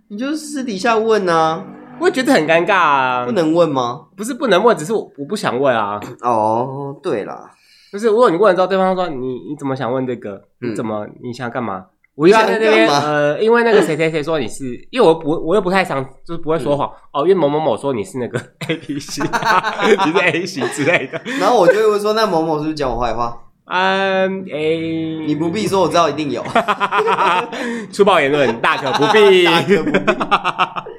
[SPEAKER 1] 你就是私底下问啊，
[SPEAKER 2] 我会觉得很尴尬啊，
[SPEAKER 1] 不能问吗？
[SPEAKER 2] 不是不能问，只是我我不想问啊，
[SPEAKER 1] 哦，对啦，
[SPEAKER 2] 就是如果你问了之后，对方说你你怎么想问这个？
[SPEAKER 1] 嗯
[SPEAKER 2] 你怎么你想干嘛？我又要在那
[SPEAKER 1] 想
[SPEAKER 2] 边
[SPEAKER 1] 干嘛
[SPEAKER 2] 呃，因为那个谁谁谁说你是，因为我不我又不太常就是不会说
[SPEAKER 1] 嗯
[SPEAKER 2] 谎、哦，因为某某某说你是那个 A B 型，你是 A 型之类的。
[SPEAKER 1] 然后我就会问说，那某某是不是讲我坏话？
[SPEAKER 2] 嗯，A
[SPEAKER 1] 你不必说，我知道一 定有。
[SPEAKER 2] 粗暴言论，大可不 必。
[SPEAKER 1] 大可不必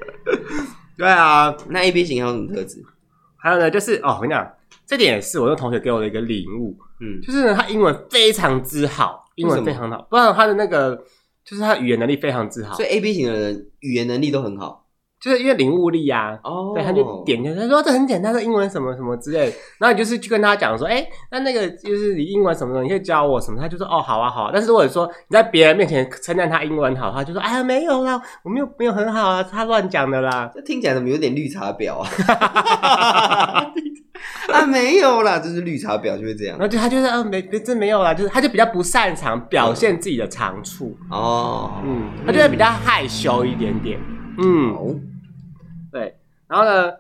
[SPEAKER 2] 对啊，
[SPEAKER 1] 那 A B 型还有什么特质？
[SPEAKER 2] 还有呢，就是哦，我跟你讲，这点也是我那同学给我的一个领悟，
[SPEAKER 1] 嗯，
[SPEAKER 2] 就是呢，他英文非常之好，英
[SPEAKER 1] 为什
[SPEAKER 2] 文
[SPEAKER 1] 么
[SPEAKER 2] 非常好，不然他的那个就是他语言能力非常之好
[SPEAKER 1] 所，以 A B 型的人语言能力都很好
[SPEAKER 2] 就是因为领悟力啊，
[SPEAKER 1] 哦
[SPEAKER 2] 对，他就点进去，他说哦这很简单，这英文什么什么之类的。然后你就是去跟他讲说，哎、那那个就是你英文什么的，你可以教我什么？他就说哦，好啊，好啊。但是如果说你在别人面前称赞他英文好，他就说哎呀没有啦，我没有没有很好啊，他乱讲的啦。
[SPEAKER 1] 这听起来怎么有点绿茶婊 啊？啊，没有啦，就是绿茶婊就会这样
[SPEAKER 2] 然后就他就是嗯、没没真没有啦，就是他就比较不擅长表现自己的长处，
[SPEAKER 1] 哦。
[SPEAKER 2] 嗯，他就会比较害羞一点点，嗯，
[SPEAKER 1] 好，
[SPEAKER 2] 对。然后呢，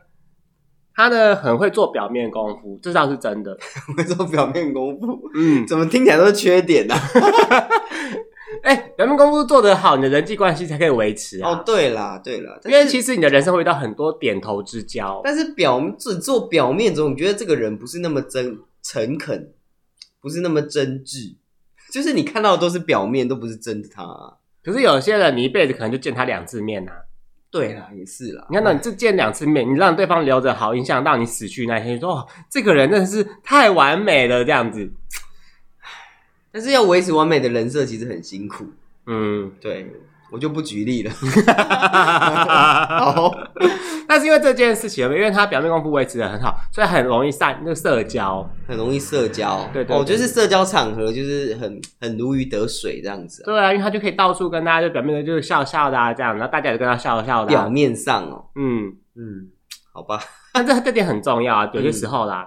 [SPEAKER 2] 他呢很会做表面功夫，这倒是真的，
[SPEAKER 1] 会做表面功夫。
[SPEAKER 2] 嗯。
[SPEAKER 1] 怎么听起来都是缺点啊呢、
[SPEAKER 2] 哎、人民公夫做得好，你的人际关系才可以维持啊。
[SPEAKER 1] 哦，对啦，对啦，
[SPEAKER 2] 因为
[SPEAKER 1] 实
[SPEAKER 2] 其实你的人生会遇到很多点头之交，
[SPEAKER 1] 但是表只做表面总觉得这个人不是那么真诚恳，不是那么真挚，就是你看到的都是表面，都不是真的他、
[SPEAKER 2] 可是有些人你一辈子可能就见他两次面呐、啊。
[SPEAKER 1] 对啦，也是啦，哦
[SPEAKER 2] 你看到你只见两次面，你让对方留着好印象，到你死去那一天，你说哦，这个人真的是太完美了，这样子。
[SPEAKER 1] 但是要维持完美的人设其实很辛苦。
[SPEAKER 2] 嗯，
[SPEAKER 1] 对我就不举例了。
[SPEAKER 2] 好
[SPEAKER 1] 好，
[SPEAKER 2] 但是因为这件事情，因为他表面功夫维持的很好，所以很容易散那个社交。
[SPEAKER 1] 很容易社交，
[SPEAKER 2] 对对
[SPEAKER 1] 哦，
[SPEAKER 2] 对
[SPEAKER 1] 就是社交场合就是很很如鱼得水这样子啊、
[SPEAKER 2] 对啊，因为他就可以到处跟大家就表面的就是笑笑的啊，这样，然后大家也跟他笑笑的、
[SPEAKER 1] 表
[SPEAKER 2] 啊。
[SPEAKER 1] 面上哦，
[SPEAKER 2] 嗯，
[SPEAKER 1] 嗯，好吧，
[SPEAKER 2] 但这这点很重要啊，有
[SPEAKER 1] 嗯
[SPEAKER 2] 些时候啦，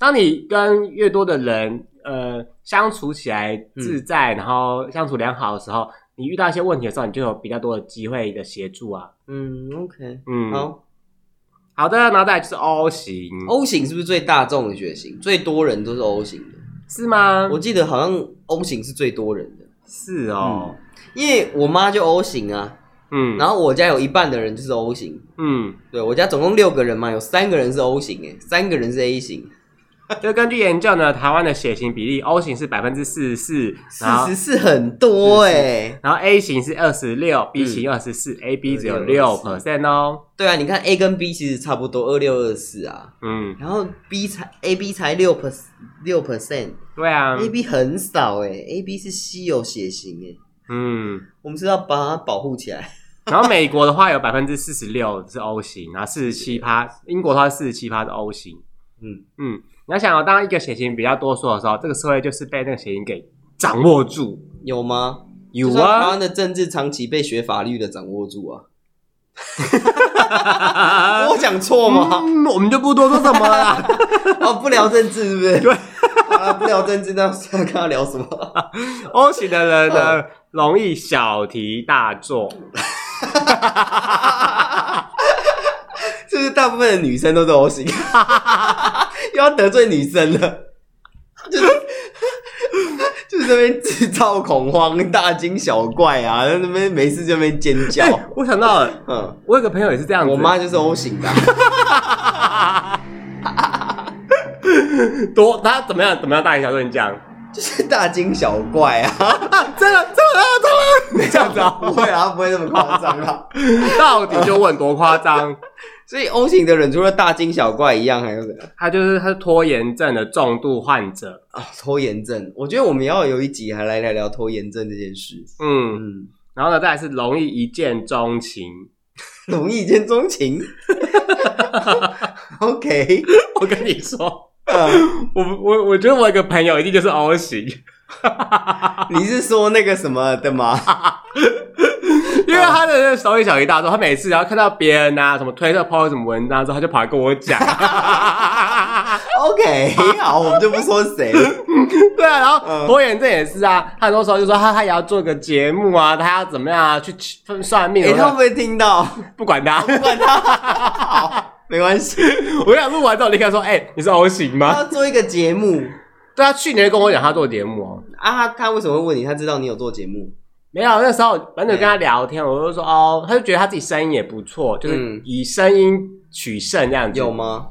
[SPEAKER 2] 当你跟越多的人呃相处起来自在，然后相处良好的时候，你遇到一些问题的时候，你就有比较多的机会的协助啊。
[SPEAKER 1] 嗯，OK，
[SPEAKER 2] 嗯，
[SPEAKER 1] 好。
[SPEAKER 2] 好的，然后再来就是 O 型，
[SPEAKER 1] O 型是不是最大众的血型？最多人都是 O 型的。
[SPEAKER 2] 是吗？
[SPEAKER 1] 我记得好像 O 型是最多人的，
[SPEAKER 2] 是哦，
[SPEAKER 1] 因为我妈就 O 型啊，
[SPEAKER 2] 嗯，
[SPEAKER 1] 然
[SPEAKER 2] 后
[SPEAKER 1] 后我家有一半的人就是 O 型。
[SPEAKER 2] 嗯，
[SPEAKER 1] 对我家总共六个人嘛，有三个人是 O 型，哎，三个人是 A 型，
[SPEAKER 2] 就根据研究呢，台湾的血型比例，O 型是百分之四十四，
[SPEAKER 1] 四
[SPEAKER 2] 然后
[SPEAKER 1] 十四很多哎、
[SPEAKER 2] 然后 A 型是二十六，B 型二十四，AB 只有嗯六 percent 哦，
[SPEAKER 1] 对啊，你看 A 跟 B 其实差不多，二六二四啊，
[SPEAKER 2] 嗯，
[SPEAKER 1] 然后 B 才 A B 才六 per 六 percent，A
[SPEAKER 2] 对啊，
[SPEAKER 1] B 很少哎、a B 是稀有血型哎、
[SPEAKER 2] 嗯。
[SPEAKER 1] 我们是要把它保护起来。
[SPEAKER 2] 然后美国的话有百分之四十六是 O 型，然后四十七趴，英国的话四十七趴是 O 型。
[SPEAKER 1] 嗯
[SPEAKER 2] 嗯，你要想、哦，当一个血型比较多数的时候，这个社会就是被那个血型给掌握住。
[SPEAKER 1] 有吗？
[SPEAKER 2] 有
[SPEAKER 1] 就算台
[SPEAKER 2] 啊
[SPEAKER 1] 湾，的政治长期被学法律的掌握住啊。
[SPEAKER 2] 呃
[SPEAKER 1] 我讲错吗？
[SPEAKER 2] 嗯，我们就不多说什么了啦。
[SPEAKER 1] 哦，不聊政治是不是？
[SPEAKER 2] 嗯对
[SPEAKER 1] 啊，不聊政治，那跟他聊什么？
[SPEAKER 2] O 型的人呢，容易小题大做。
[SPEAKER 1] 是不是大部分的女生都这种型？ 又要得罪女生了， 就是就是这边制造恐慌、大惊小怪啊，在那边没事就那边尖叫。
[SPEAKER 2] 哎我想到了，
[SPEAKER 1] 嗯，
[SPEAKER 2] 我有个朋友也是这样子，
[SPEAKER 1] 我妈就是 O 型的啊、
[SPEAKER 2] 多她怎么样怎么样大一小顿讲，
[SPEAKER 1] 就是大惊小怪 啊，
[SPEAKER 2] 真的真的真的这样子啊，
[SPEAKER 1] 不会啊，不会那么夸张啊。
[SPEAKER 2] 到底就问多夸张？
[SPEAKER 1] 所以 O 型的人除了大惊小怪一样，还有什么
[SPEAKER 2] 他就是他是拖延症的重度患者，
[SPEAKER 1] 啊？拖延症，我觉得我们要有一集还来聊聊拖延症这件事。
[SPEAKER 2] 嗯，
[SPEAKER 1] 嗯，
[SPEAKER 2] 然后呢，再来是容易一见钟情。
[SPEAKER 1] 容易一见钟情。OK，
[SPEAKER 2] 我跟你说，
[SPEAKER 1] 嗯，
[SPEAKER 2] 我我我觉得我有一个朋友一定就是哦 O 型，
[SPEAKER 1] 你是说那个什么的吗？
[SPEAKER 2] 因为他的那个手一小一大多，他每次然后看到别人啊什么推特 po 什么文章之后，他就跑来跟 我讲。
[SPEAKER 1] OK，好，我们就不说谁了。
[SPEAKER 2] 对啊，然
[SPEAKER 1] 嗯
[SPEAKER 2] 后拖延症也是啊，他很多时候就说他他也要做个节目啊，他要怎么样啊去去算命，
[SPEAKER 1] 哎、
[SPEAKER 2] 我
[SPEAKER 1] 他会
[SPEAKER 2] 说
[SPEAKER 1] 不会听到？
[SPEAKER 2] 不管他。
[SPEAKER 1] 管他，好，没关系。
[SPEAKER 2] 我想录完之后立刻说，哎、你是 O 型
[SPEAKER 1] 他
[SPEAKER 2] 吗？
[SPEAKER 1] 要做一个节目
[SPEAKER 2] 对啊，去年就跟我讲他做节目哦。
[SPEAKER 1] 啊，他他为什么会问你？他知道你有做节目，
[SPEAKER 2] 没有，那时候反正就跟他聊天，我就说哦，他就觉得他自己声音也不错，就是
[SPEAKER 1] 嗯
[SPEAKER 2] 以声音取胜这样子。
[SPEAKER 1] 有？吗？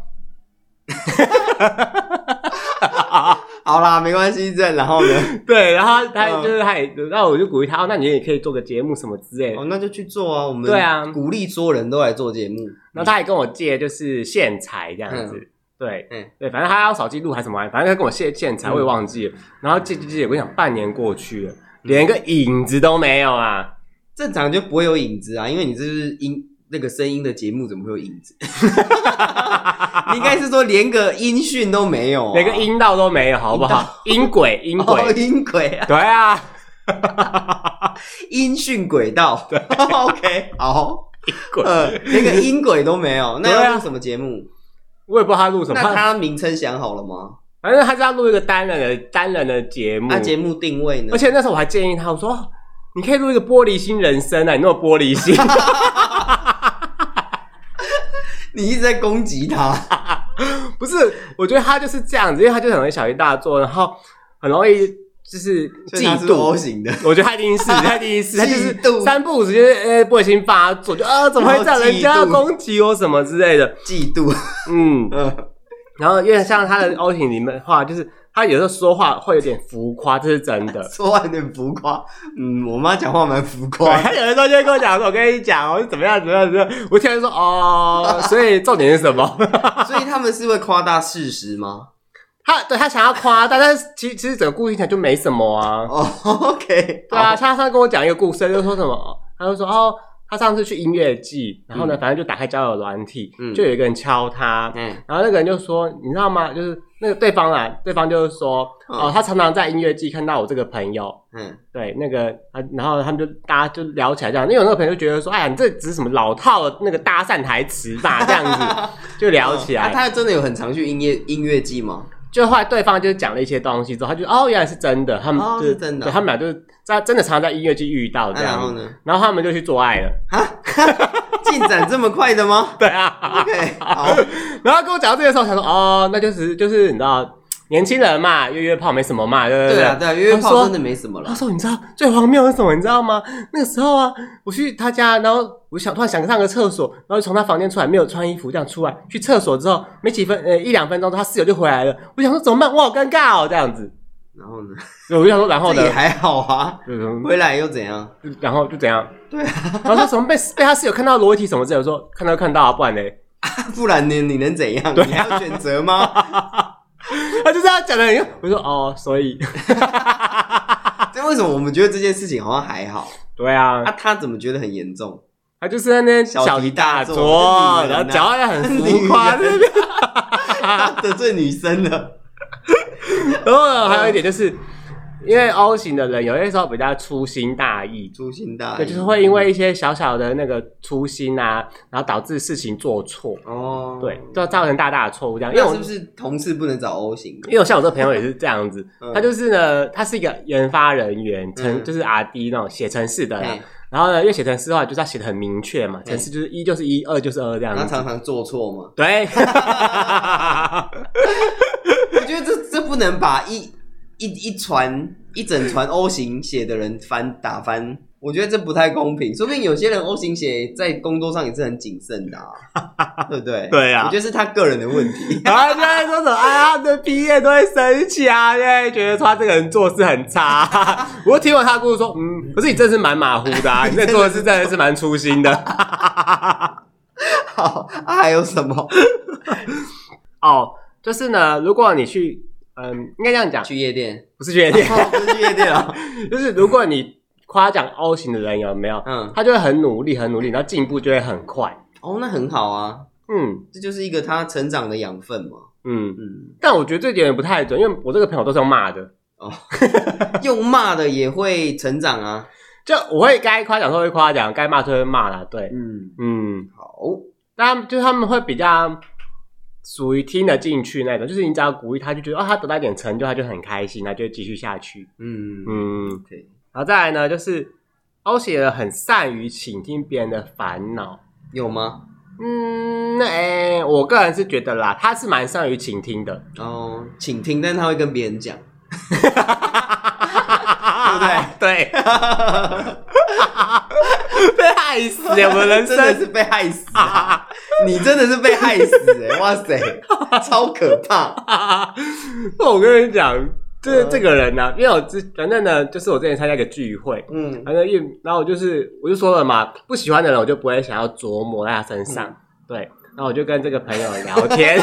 [SPEAKER 1] 好啦，没关系，这然后呢？
[SPEAKER 2] 对，然后他
[SPEAKER 1] 嗯
[SPEAKER 2] 就是他也，然后我就鼓励他，哦，那你也可以做个节目什么之类的
[SPEAKER 1] 哦，。那就去做啊！我们
[SPEAKER 2] 对啊
[SPEAKER 1] 鼓励所有人都来做节目。
[SPEAKER 2] 然后他也跟我借就是线材这样子，对，
[SPEAKER 1] 嗯
[SPEAKER 2] 对，反正他要手机录还是什么，啊反正他跟我借线材，
[SPEAKER 1] 嗯
[SPEAKER 2] 我也忘记了。然后借借借，我跟你讲，半年过去了，连个影子都没有啊！
[SPEAKER 1] 正常就不会有影子啊，因为你这是音那个声音的节目，怎么会有影子？ 你应该是说连个音讯都没有、啊，
[SPEAKER 2] 连个音道都没有，好不好？音轨，音
[SPEAKER 1] 哦
[SPEAKER 2] 轨，
[SPEAKER 1] 音轨啊，
[SPEAKER 2] 对啊，
[SPEAKER 1] 音讯轨道。OK，好，
[SPEAKER 2] 音轨。
[SPEAKER 1] 呃，连个音轨都没有，那
[SPEAKER 2] 对
[SPEAKER 1] 要
[SPEAKER 2] 啊
[SPEAKER 1] 录什么节目？
[SPEAKER 2] 我也不知道他录什么，
[SPEAKER 1] 那
[SPEAKER 2] 他
[SPEAKER 1] 他名称想好了吗？
[SPEAKER 2] 反正他是要录一个单人的单人的节目
[SPEAKER 1] 那，啊节目定位呢
[SPEAKER 2] 嗯而？且那时候我还建议他，我说哦你可以录一个玻璃心人生啊，你那么玻璃 心，
[SPEAKER 1] 你一直在攻击
[SPEAKER 2] 啊
[SPEAKER 1] 他，
[SPEAKER 2] 不是，我觉得他就是这样子，因为他就很容易小题大做，然后很容易就是
[SPEAKER 1] 所以
[SPEAKER 2] 嫉
[SPEAKER 1] 他是
[SPEAKER 2] 妒
[SPEAKER 1] O。型的，
[SPEAKER 2] 我觉得他一定是，他一 定是，他就
[SPEAKER 1] 嫉妒
[SPEAKER 2] 是三不五时就是呃不小心发作，就啊怎么会这样，
[SPEAKER 1] 然后嫉妒
[SPEAKER 2] 人家要攻击我什么之类的，
[SPEAKER 1] 嫉妒。
[SPEAKER 2] 嗯，
[SPEAKER 1] 嗯，
[SPEAKER 2] 然后因为像他的 O 型里面的话，就是他有时候说话会有点浮夸，这是真的。
[SPEAKER 1] 说话有点浮夸。嗯，我妈讲话蛮浮夸
[SPEAKER 2] 对，
[SPEAKER 1] 的。
[SPEAKER 2] 他有的时候就会跟我讲说：“我跟你讲哦，怎么样怎么样怎么样。”我听然说：“哦，所以重点是什么
[SPEAKER 1] 所以他们是会夸大事实吗？？”
[SPEAKER 2] 他对他想要夸大，但是其实其实整个故事听起来就没什么啊。
[SPEAKER 1] 哦、o k
[SPEAKER 2] 对啊，像他上次跟我讲一个故事，他就说什么，他就说哦，他上次去音乐季，然后呢，反正就打开交友软体，
[SPEAKER 1] 嗯
[SPEAKER 2] 就有一个人敲他，
[SPEAKER 1] 嗯，
[SPEAKER 2] 然后那个人就说，你知道吗？就是那个对方啊，对方就是说，
[SPEAKER 1] 嗯
[SPEAKER 2] 哦，他常常在音乐季看到我这个朋友，
[SPEAKER 1] 嗯，
[SPEAKER 2] 对，那个啊，然后他们就大家就聊起来这样，因为我那个朋友就觉得说，哎呀，你这只是什么老套的那个搭讪台词吧，这 样子就聊起
[SPEAKER 1] 啊
[SPEAKER 2] 来。
[SPEAKER 1] 他真的有很常去音乐音乐季吗？
[SPEAKER 2] 就后来对方就是讲了一些东西之后，他就哦，原来是真的，他们
[SPEAKER 1] 哦
[SPEAKER 2] 就是
[SPEAKER 1] 真的
[SPEAKER 2] 对他们俩就是在真的常常在音乐剧遇到
[SPEAKER 1] 那、
[SPEAKER 2] 这
[SPEAKER 1] 然
[SPEAKER 2] 样。
[SPEAKER 1] 后？呢？
[SPEAKER 2] 然后他们就去做爱了。
[SPEAKER 1] 进展这么快的吗
[SPEAKER 2] 对啊，
[SPEAKER 1] ？OK，好，
[SPEAKER 2] 然后跟我讲到这个时候，想说哦，那就是就是你知道年轻人嘛，约约炮没什么嘛，对不
[SPEAKER 1] 对啊，
[SPEAKER 2] 对？
[SPEAKER 1] 对啊，约
[SPEAKER 2] 他说
[SPEAKER 1] 炮真的没什么
[SPEAKER 2] 他
[SPEAKER 1] 了。
[SPEAKER 2] 说：“你知道最荒谬的是什么？你知道吗？那个时候啊，我去他家，然后我想突然想上个厕所，然后从他房间出来，没有穿衣服，这样出来去厕所之后，没几分呃一两分钟，他室友就回来了。我想说怎么办？我好尴尬哦，这样子。
[SPEAKER 1] 然后呢？
[SPEAKER 2] 对我就想说，然后
[SPEAKER 1] 这
[SPEAKER 2] 呢
[SPEAKER 1] 也？还好啊，
[SPEAKER 2] 嗯
[SPEAKER 1] 回来又怎样？
[SPEAKER 2] 然后就怎样？
[SPEAKER 1] 对啊，
[SPEAKER 2] 然后说什么被被他室友看到裸体什么之类的，我说看到就看到啊，不然嘞，
[SPEAKER 1] 不然呢？你能怎
[SPEAKER 2] 啊
[SPEAKER 1] 样？你还有选择吗？
[SPEAKER 2] 他就这样讲的。我说哦，所以
[SPEAKER 1] 这为什么我们觉得这件事情好像还好？
[SPEAKER 2] 对啊
[SPEAKER 1] 啊，，他怎么觉得很严重？
[SPEAKER 2] 他就是在那边
[SPEAKER 1] 小
[SPEAKER 2] 小
[SPEAKER 1] 题
[SPEAKER 2] 题
[SPEAKER 1] 大
[SPEAKER 2] 大
[SPEAKER 1] 做这
[SPEAKER 2] 做，
[SPEAKER 1] 女人
[SPEAKER 2] 然
[SPEAKER 1] 啊
[SPEAKER 2] 后讲话也 很
[SPEAKER 1] 女
[SPEAKER 2] 浮夸，
[SPEAKER 1] 人啊
[SPEAKER 2] 对不对？
[SPEAKER 1] 他得罪女生了。
[SPEAKER 2] 然后呢还有一点就是，因为 O 型的人有些时候比较粗心大意，
[SPEAKER 1] 粗心大
[SPEAKER 2] 对，
[SPEAKER 1] 意，
[SPEAKER 2] 就是会因为一些小小的那个粗心啊，然后导致事情做错，
[SPEAKER 1] 哦，
[SPEAKER 2] 对，就造成大大的错误这样。因为
[SPEAKER 1] 那
[SPEAKER 2] 我
[SPEAKER 1] 是不是同事不能找 O 型的？
[SPEAKER 2] 因为我像我这个朋友也是这样子，
[SPEAKER 1] 嗯
[SPEAKER 2] 他就是呢，他是一个研发人员，程、
[SPEAKER 1] 嗯
[SPEAKER 2] 就是 R D 那种写程式的啦
[SPEAKER 1] 嘿。
[SPEAKER 2] 然后呢，因为写程式的话，就是要写的很明确嘛，程式就是一就是一，二就是二这样
[SPEAKER 1] 然后
[SPEAKER 2] 子。，
[SPEAKER 1] 常常做错嘛
[SPEAKER 2] 对，
[SPEAKER 1] 我觉得这这不能把一一一船一整船 O 型血的人翻打翻，我觉得这不太公平。说不定有些人 O 型血在工作上也是很谨慎的、啊， 对不对？
[SPEAKER 2] 对啊
[SPEAKER 1] 我觉得是他个人的问题。
[SPEAKER 2] 然后就在说什么，哎呀，他的毕业都会生气啊，因为觉得说他这个人做事很差、我就听完他的故事说，嗯，可是你真是蛮马虎的啊，你这做的事真的是蛮粗心的。
[SPEAKER 1] 好，啊、还有什么？
[SPEAKER 2] 哦，就是呢，如果你去，嗯，应该这样讲，
[SPEAKER 1] 去夜店？
[SPEAKER 2] 不是决定，
[SPEAKER 1] 哦，不是去夜店啊。
[SPEAKER 2] 就是如果你夸奖 O 型的人有没有，
[SPEAKER 1] 嗯，
[SPEAKER 2] 他就会很努力，很努力，然后进步就会很快。
[SPEAKER 1] 哦，那很好啊，
[SPEAKER 2] 嗯
[SPEAKER 1] 这就是一个他成长的养分嘛。
[SPEAKER 2] 嗯，
[SPEAKER 1] 嗯，哦
[SPEAKER 2] 但我觉得这点也不太准，因为我这个朋友都是用骂的。
[SPEAKER 1] 用骂的也会成长啊。
[SPEAKER 2] 就我会该夸奖的时候会夸奖，该骂的时候会骂啦，对，
[SPEAKER 1] 嗯，
[SPEAKER 2] 嗯，
[SPEAKER 1] 好。
[SPEAKER 2] 那就他们会比较属于听得进去那种，就是你只要鼓励他，就觉得哦，他得到一点成就，他就很开心，他就继续下去。
[SPEAKER 1] 嗯
[SPEAKER 2] 嗯，
[SPEAKER 1] ，OK，
[SPEAKER 2] 然后再来呢，就是 O 型人很善于倾听别人的烦恼。
[SPEAKER 1] 有吗？
[SPEAKER 2] 嗯，哎、我个人是觉得啦，他是蛮善于倾听的，
[SPEAKER 1] 哦，请听，但他会跟别人讲。
[SPEAKER 2] 对不 对？对，被害死，我们人
[SPEAKER 1] 真的
[SPEAKER 2] 生
[SPEAKER 1] 是被害死、啊，你真的是被害死、 欸！哇塞，超可怕！
[SPEAKER 2] 我跟你讲，就是这个人呢、啊因为我之反正呢，就是我之前参加一个聚会，
[SPEAKER 1] 嗯
[SPEAKER 2] 反正因为然后我就是我就说了嘛，不喜欢的人我就不会想要琢磨在他身上，
[SPEAKER 1] 嗯
[SPEAKER 2] 对。然后我就跟这个朋友聊 天，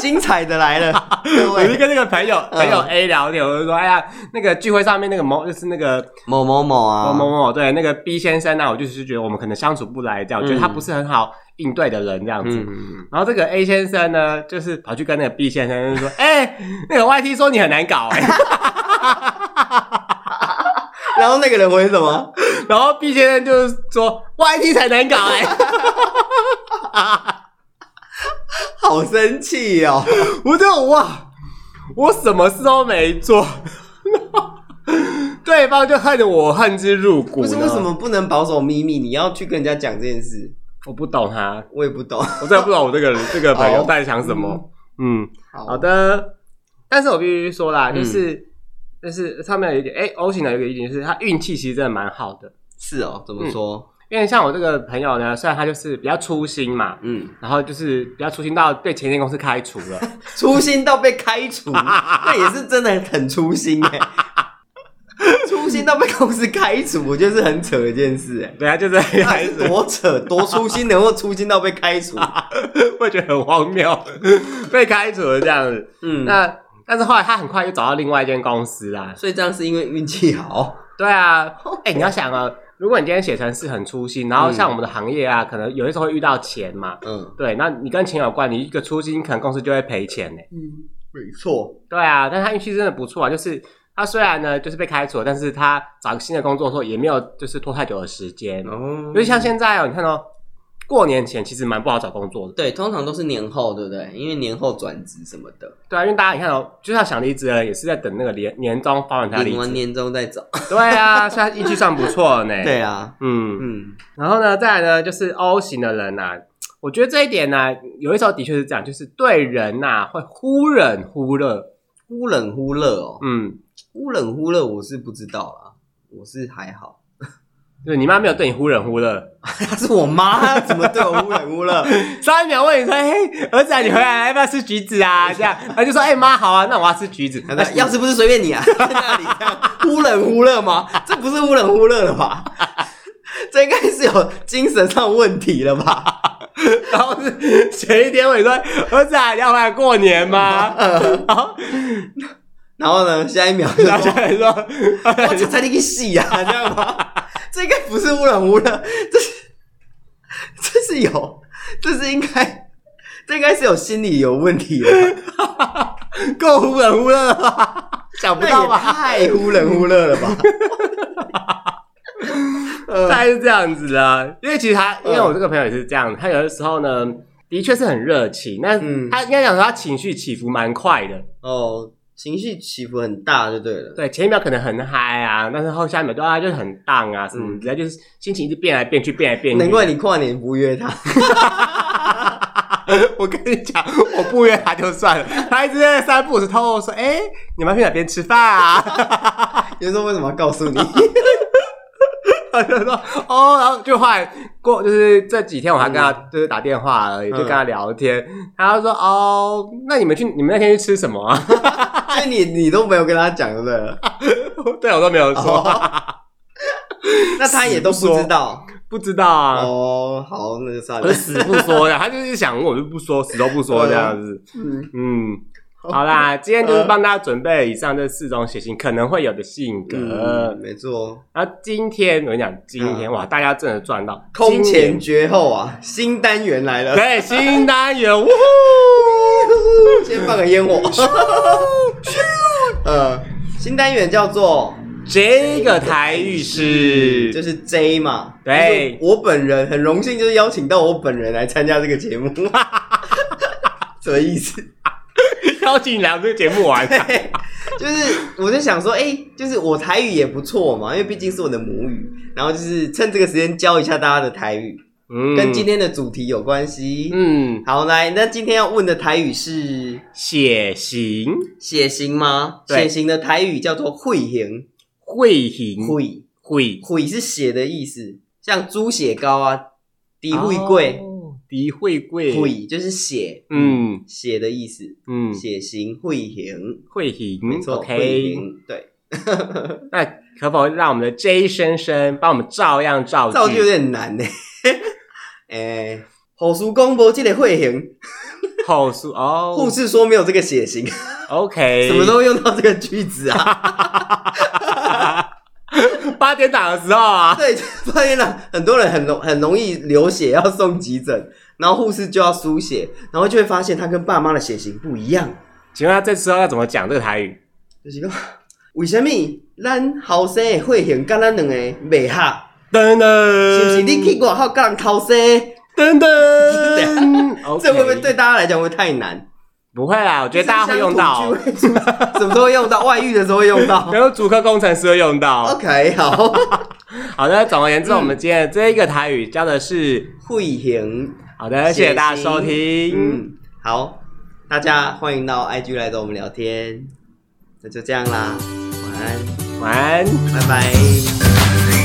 [SPEAKER 1] 精彩的来了，各
[SPEAKER 2] 我就
[SPEAKER 1] 位
[SPEAKER 2] 跟这个朋友
[SPEAKER 1] 嗯
[SPEAKER 2] 朋友 A 聊天，我就说，哎呀，那个聚会上面那个某就是那个
[SPEAKER 1] 某某某啊，
[SPEAKER 2] 某某某，对，那个 B 先生啊呢、我就是觉得我们可能相处不来，这样，我觉得他不是很好应对的人这样子。
[SPEAKER 1] 嗯，
[SPEAKER 2] 然后这个 A 先生呢，就是跑去跟那个 B 先生就说，哎、那个 YT 说你很难搞、哎。
[SPEAKER 1] 然后那个人回什么？
[SPEAKER 2] 然后 B 先生就是说 YT 才难搞哎、
[SPEAKER 1] 好生气哦！
[SPEAKER 2] 我就哇，我什么事都没做， 对方就恨得我恨之入骨。
[SPEAKER 1] 不是为什？么不能保守秘密？你要去跟人家讲这件事，
[SPEAKER 2] 我不懂他，
[SPEAKER 1] 我也不懂。
[SPEAKER 2] 我真的不懂我这个人这个朋友
[SPEAKER 1] 哦
[SPEAKER 2] 在想什么。嗯，好
[SPEAKER 1] 好，
[SPEAKER 2] 的。但是我必须说啦，
[SPEAKER 1] 嗯
[SPEAKER 2] 就是、就是上面有一点，哎、o 型的有一个一点就是他运气其实真的蛮好的，
[SPEAKER 1] 是哦，怎么说？
[SPEAKER 2] 因为像我这个朋友呢，虽然他就是比较粗心嘛。
[SPEAKER 1] 嗯，
[SPEAKER 2] 然后就是比较粗心到被前天公司开除 了，
[SPEAKER 1] 粗心到被开 除，那也是真的很粗心哎、 粗心到被公司开除，我觉得是很扯的一件事哎、
[SPEAKER 2] 对啊，就是被
[SPEAKER 1] 那
[SPEAKER 2] 开
[SPEAKER 1] 是
[SPEAKER 2] 除。
[SPEAKER 1] 多扯，多粗心，能够粗心到被开除。
[SPEAKER 2] 会觉得很荒谬，被开除了这样子。
[SPEAKER 1] 嗯，
[SPEAKER 2] 那但是后来他很快又找到另外一间公司啦。
[SPEAKER 1] 所以这样是因为运气好。
[SPEAKER 2] 对啊，嗯哎、你要想啊，如果你今天写程式很粗心，然后像我们的行业啊，可能有些时候会遇到钱嘛。
[SPEAKER 1] 嗯
[SPEAKER 2] 对，那你跟钱有关，你一个粗心，可能公司就会赔钱呢。
[SPEAKER 1] 嗯，没错。
[SPEAKER 2] 对啊，但他运气真的不错啊，就是他虽然呢就是被开除了，但是他找新的工作的时候也没有就是拖太久的时间。
[SPEAKER 1] 哦
[SPEAKER 2] 尤其像现在哦，你看哦，过年前其实蛮不好找工作的。
[SPEAKER 1] 对，通常都是年后，对不对？因为年后转职什么的，
[SPEAKER 2] 对啊，因为大家你看哦，就算想离职的人，也是在等那个年年终发完才离
[SPEAKER 1] 领完
[SPEAKER 2] 职。
[SPEAKER 1] 年终再找。
[SPEAKER 2] 对啊，所以他运气算不错 呢。，
[SPEAKER 1] 对啊，
[SPEAKER 2] 嗯，
[SPEAKER 1] 嗯
[SPEAKER 2] 然后呢，再来呢，就是 O 型的人呐、我觉得这一点呢、有的时候的确是这样，就是对人呐、会忽冷忽热。
[SPEAKER 1] 忽冷忽热哦，
[SPEAKER 2] 嗯，
[SPEAKER 1] 忽冷忽热我是不知道啦，我是还 好。
[SPEAKER 2] 就是你妈没有对你忽冷忽热，
[SPEAKER 1] 她是我妈，她怎么对我忽冷忽热？
[SPEAKER 2] 上一秒问你说：“嘿，儿子啊，你回来要不要吃橘子啊？”这样，他就说：“哎、妈，好啊，那我要吃橘子。
[SPEAKER 1] 她说要是不是随便你啊， 在那里这样忽冷忽热吗？这不是忽冷忽热了吧？ 这应该是有精神上问题了吧？”
[SPEAKER 2] 然后是前一天问你说：“儿子啊，你要回来过年吗？”然后，
[SPEAKER 1] 然后呢，下一秒 就
[SPEAKER 2] 然后就
[SPEAKER 1] 说
[SPEAKER 2] 来说：“：“
[SPEAKER 1] 我这才你个戏 啊，这样吗？这应该不是忽冷忽热，这是这是有，这是应该，这应该是有心理有问题的吧，
[SPEAKER 2] 够忽冷忽热了吧。 想不
[SPEAKER 1] 那
[SPEAKER 2] 到
[SPEAKER 1] 也
[SPEAKER 2] 吧？
[SPEAKER 1] 太忽冷忽热了吧？
[SPEAKER 2] 大概是这样子啦。因为其实他，因
[SPEAKER 1] 嗯
[SPEAKER 2] 为我这个朋友也是这样，他有的时候呢，的确是很热情，那
[SPEAKER 1] 嗯
[SPEAKER 2] 他应该讲说他情绪起伏蛮快的。
[SPEAKER 1] 哦，情绪起伏很大就对了。
[SPEAKER 2] 对，前一秒可能很嗨啊，但是后下一秒对啊就是很荡啊什么之类，就是心情一直变来变去，变来变去。
[SPEAKER 1] 嗯难怪你跨年不约他，
[SPEAKER 2] 我跟你讲，我不约他就算了，他一直在三不五时偷偷说：“哎、你们要去哪边吃饭啊
[SPEAKER 1] 有时候为什么要告诉你？？”
[SPEAKER 2] 他就说：“哦。”然后就后来过，就是这几天我还跟他
[SPEAKER 1] 嗯
[SPEAKER 2] 就是打电话而已，就跟他聊天。他就说：“哦，那你们去，你们那天去吃什么啊
[SPEAKER 1] 所以你你都没有跟他讲，对不对？？”
[SPEAKER 2] 对，我都没有说，
[SPEAKER 1] 哦那他也都不知道
[SPEAKER 2] 不知道啊。
[SPEAKER 1] 哦。好，那就算
[SPEAKER 2] 我
[SPEAKER 1] 了
[SPEAKER 2] 就。死不说的，他就是想问我就不说，死都不说这样子。
[SPEAKER 1] 嗯，
[SPEAKER 2] 嗯，好 啦，今天就是帮大家准备以上这四种血型可能会有的性格。
[SPEAKER 1] 嗯，没错，
[SPEAKER 2] 然后今天我跟你讲，今天、
[SPEAKER 1] 嗯
[SPEAKER 2] 哇，大家真的赚到
[SPEAKER 1] 空
[SPEAKER 2] 今年
[SPEAKER 1] 前绝后啊！新单元来了，
[SPEAKER 2] 对新单 元，呜呼！
[SPEAKER 1] 先放个烟火。呃，新单元叫做
[SPEAKER 2] 这个台语是
[SPEAKER 1] 就是 J 嘛，
[SPEAKER 2] 对
[SPEAKER 1] 就是我本人很荣幸，就是邀请到我本人来参加这个节目，什么意思？
[SPEAKER 2] 邀请你来我们这个节目 玩，
[SPEAKER 1] 就是我就想说，哎、就是我台语也不错嘛，因为毕竟是我的母语，然后就是趁这个时间教一下大家的台语，
[SPEAKER 2] 嗯
[SPEAKER 1] 跟今天的主题有关系。
[SPEAKER 2] 嗯
[SPEAKER 1] 好，来，那今天要问的台语是
[SPEAKER 2] 血型
[SPEAKER 1] 血型吗？
[SPEAKER 2] 对
[SPEAKER 1] 血型的台语叫做会型，
[SPEAKER 2] 会型
[SPEAKER 1] 会
[SPEAKER 2] 会
[SPEAKER 1] 会是血的意思，像猪血糕啊，底会贵，
[SPEAKER 2] 哦敌会贵，
[SPEAKER 1] 会就是血，
[SPEAKER 2] 嗯
[SPEAKER 1] 血的意思，
[SPEAKER 2] 嗯
[SPEAKER 1] 血型会型，
[SPEAKER 2] 会型
[SPEAKER 1] 没错，嗯哦会嗯
[SPEAKER 2] 嗯，OK，
[SPEAKER 1] 型，对，
[SPEAKER 2] 那可否让我们的 J 先生帮我们照样造
[SPEAKER 1] 造句有
[SPEAKER 2] 句？
[SPEAKER 1] 点难呢。 诶、护士讲无这个会型，
[SPEAKER 2] 口述哦，
[SPEAKER 1] 护士说没有这个血型，
[SPEAKER 2] OK，
[SPEAKER 1] 什么时候用到这个句子
[SPEAKER 2] 哎
[SPEAKER 1] 啊？
[SPEAKER 2] 八点档的时候啊，
[SPEAKER 1] 对，发现了很多人很容很容易流血，要送急诊，然后护士就要输血，然后就会发现他跟爸妈的血型不一样。
[SPEAKER 2] 请问他这时候要怎么讲这个台语？
[SPEAKER 1] 就是讲，为什么咱后生的血型跟咱两个袂合？
[SPEAKER 2] 噔噔，
[SPEAKER 1] 是不是你去外口跟人偷生？
[SPEAKER 2] 噔
[SPEAKER 1] 等
[SPEAKER 2] 噔，
[SPEAKER 1] 这会不会对？大家来讲会太难？
[SPEAKER 2] 不会啦，我觉得大家会用到，哦
[SPEAKER 1] 就是相处聚会什么时候会用到？外遇的时候会用到。
[SPEAKER 2] 然后主科工程师会用到。
[SPEAKER 1] OK，好，
[SPEAKER 2] 好的，总而言之，
[SPEAKER 1] 嗯
[SPEAKER 2] 我们今天的这一个台语教的是
[SPEAKER 1] 会 型，
[SPEAKER 2] 好的，谢谢大家收听，
[SPEAKER 1] 嗯，好，大家欢迎到 IG 来找我们聊天，那就这样啦，晚安，
[SPEAKER 2] 晚安。
[SPEAKER 1] 拜拜。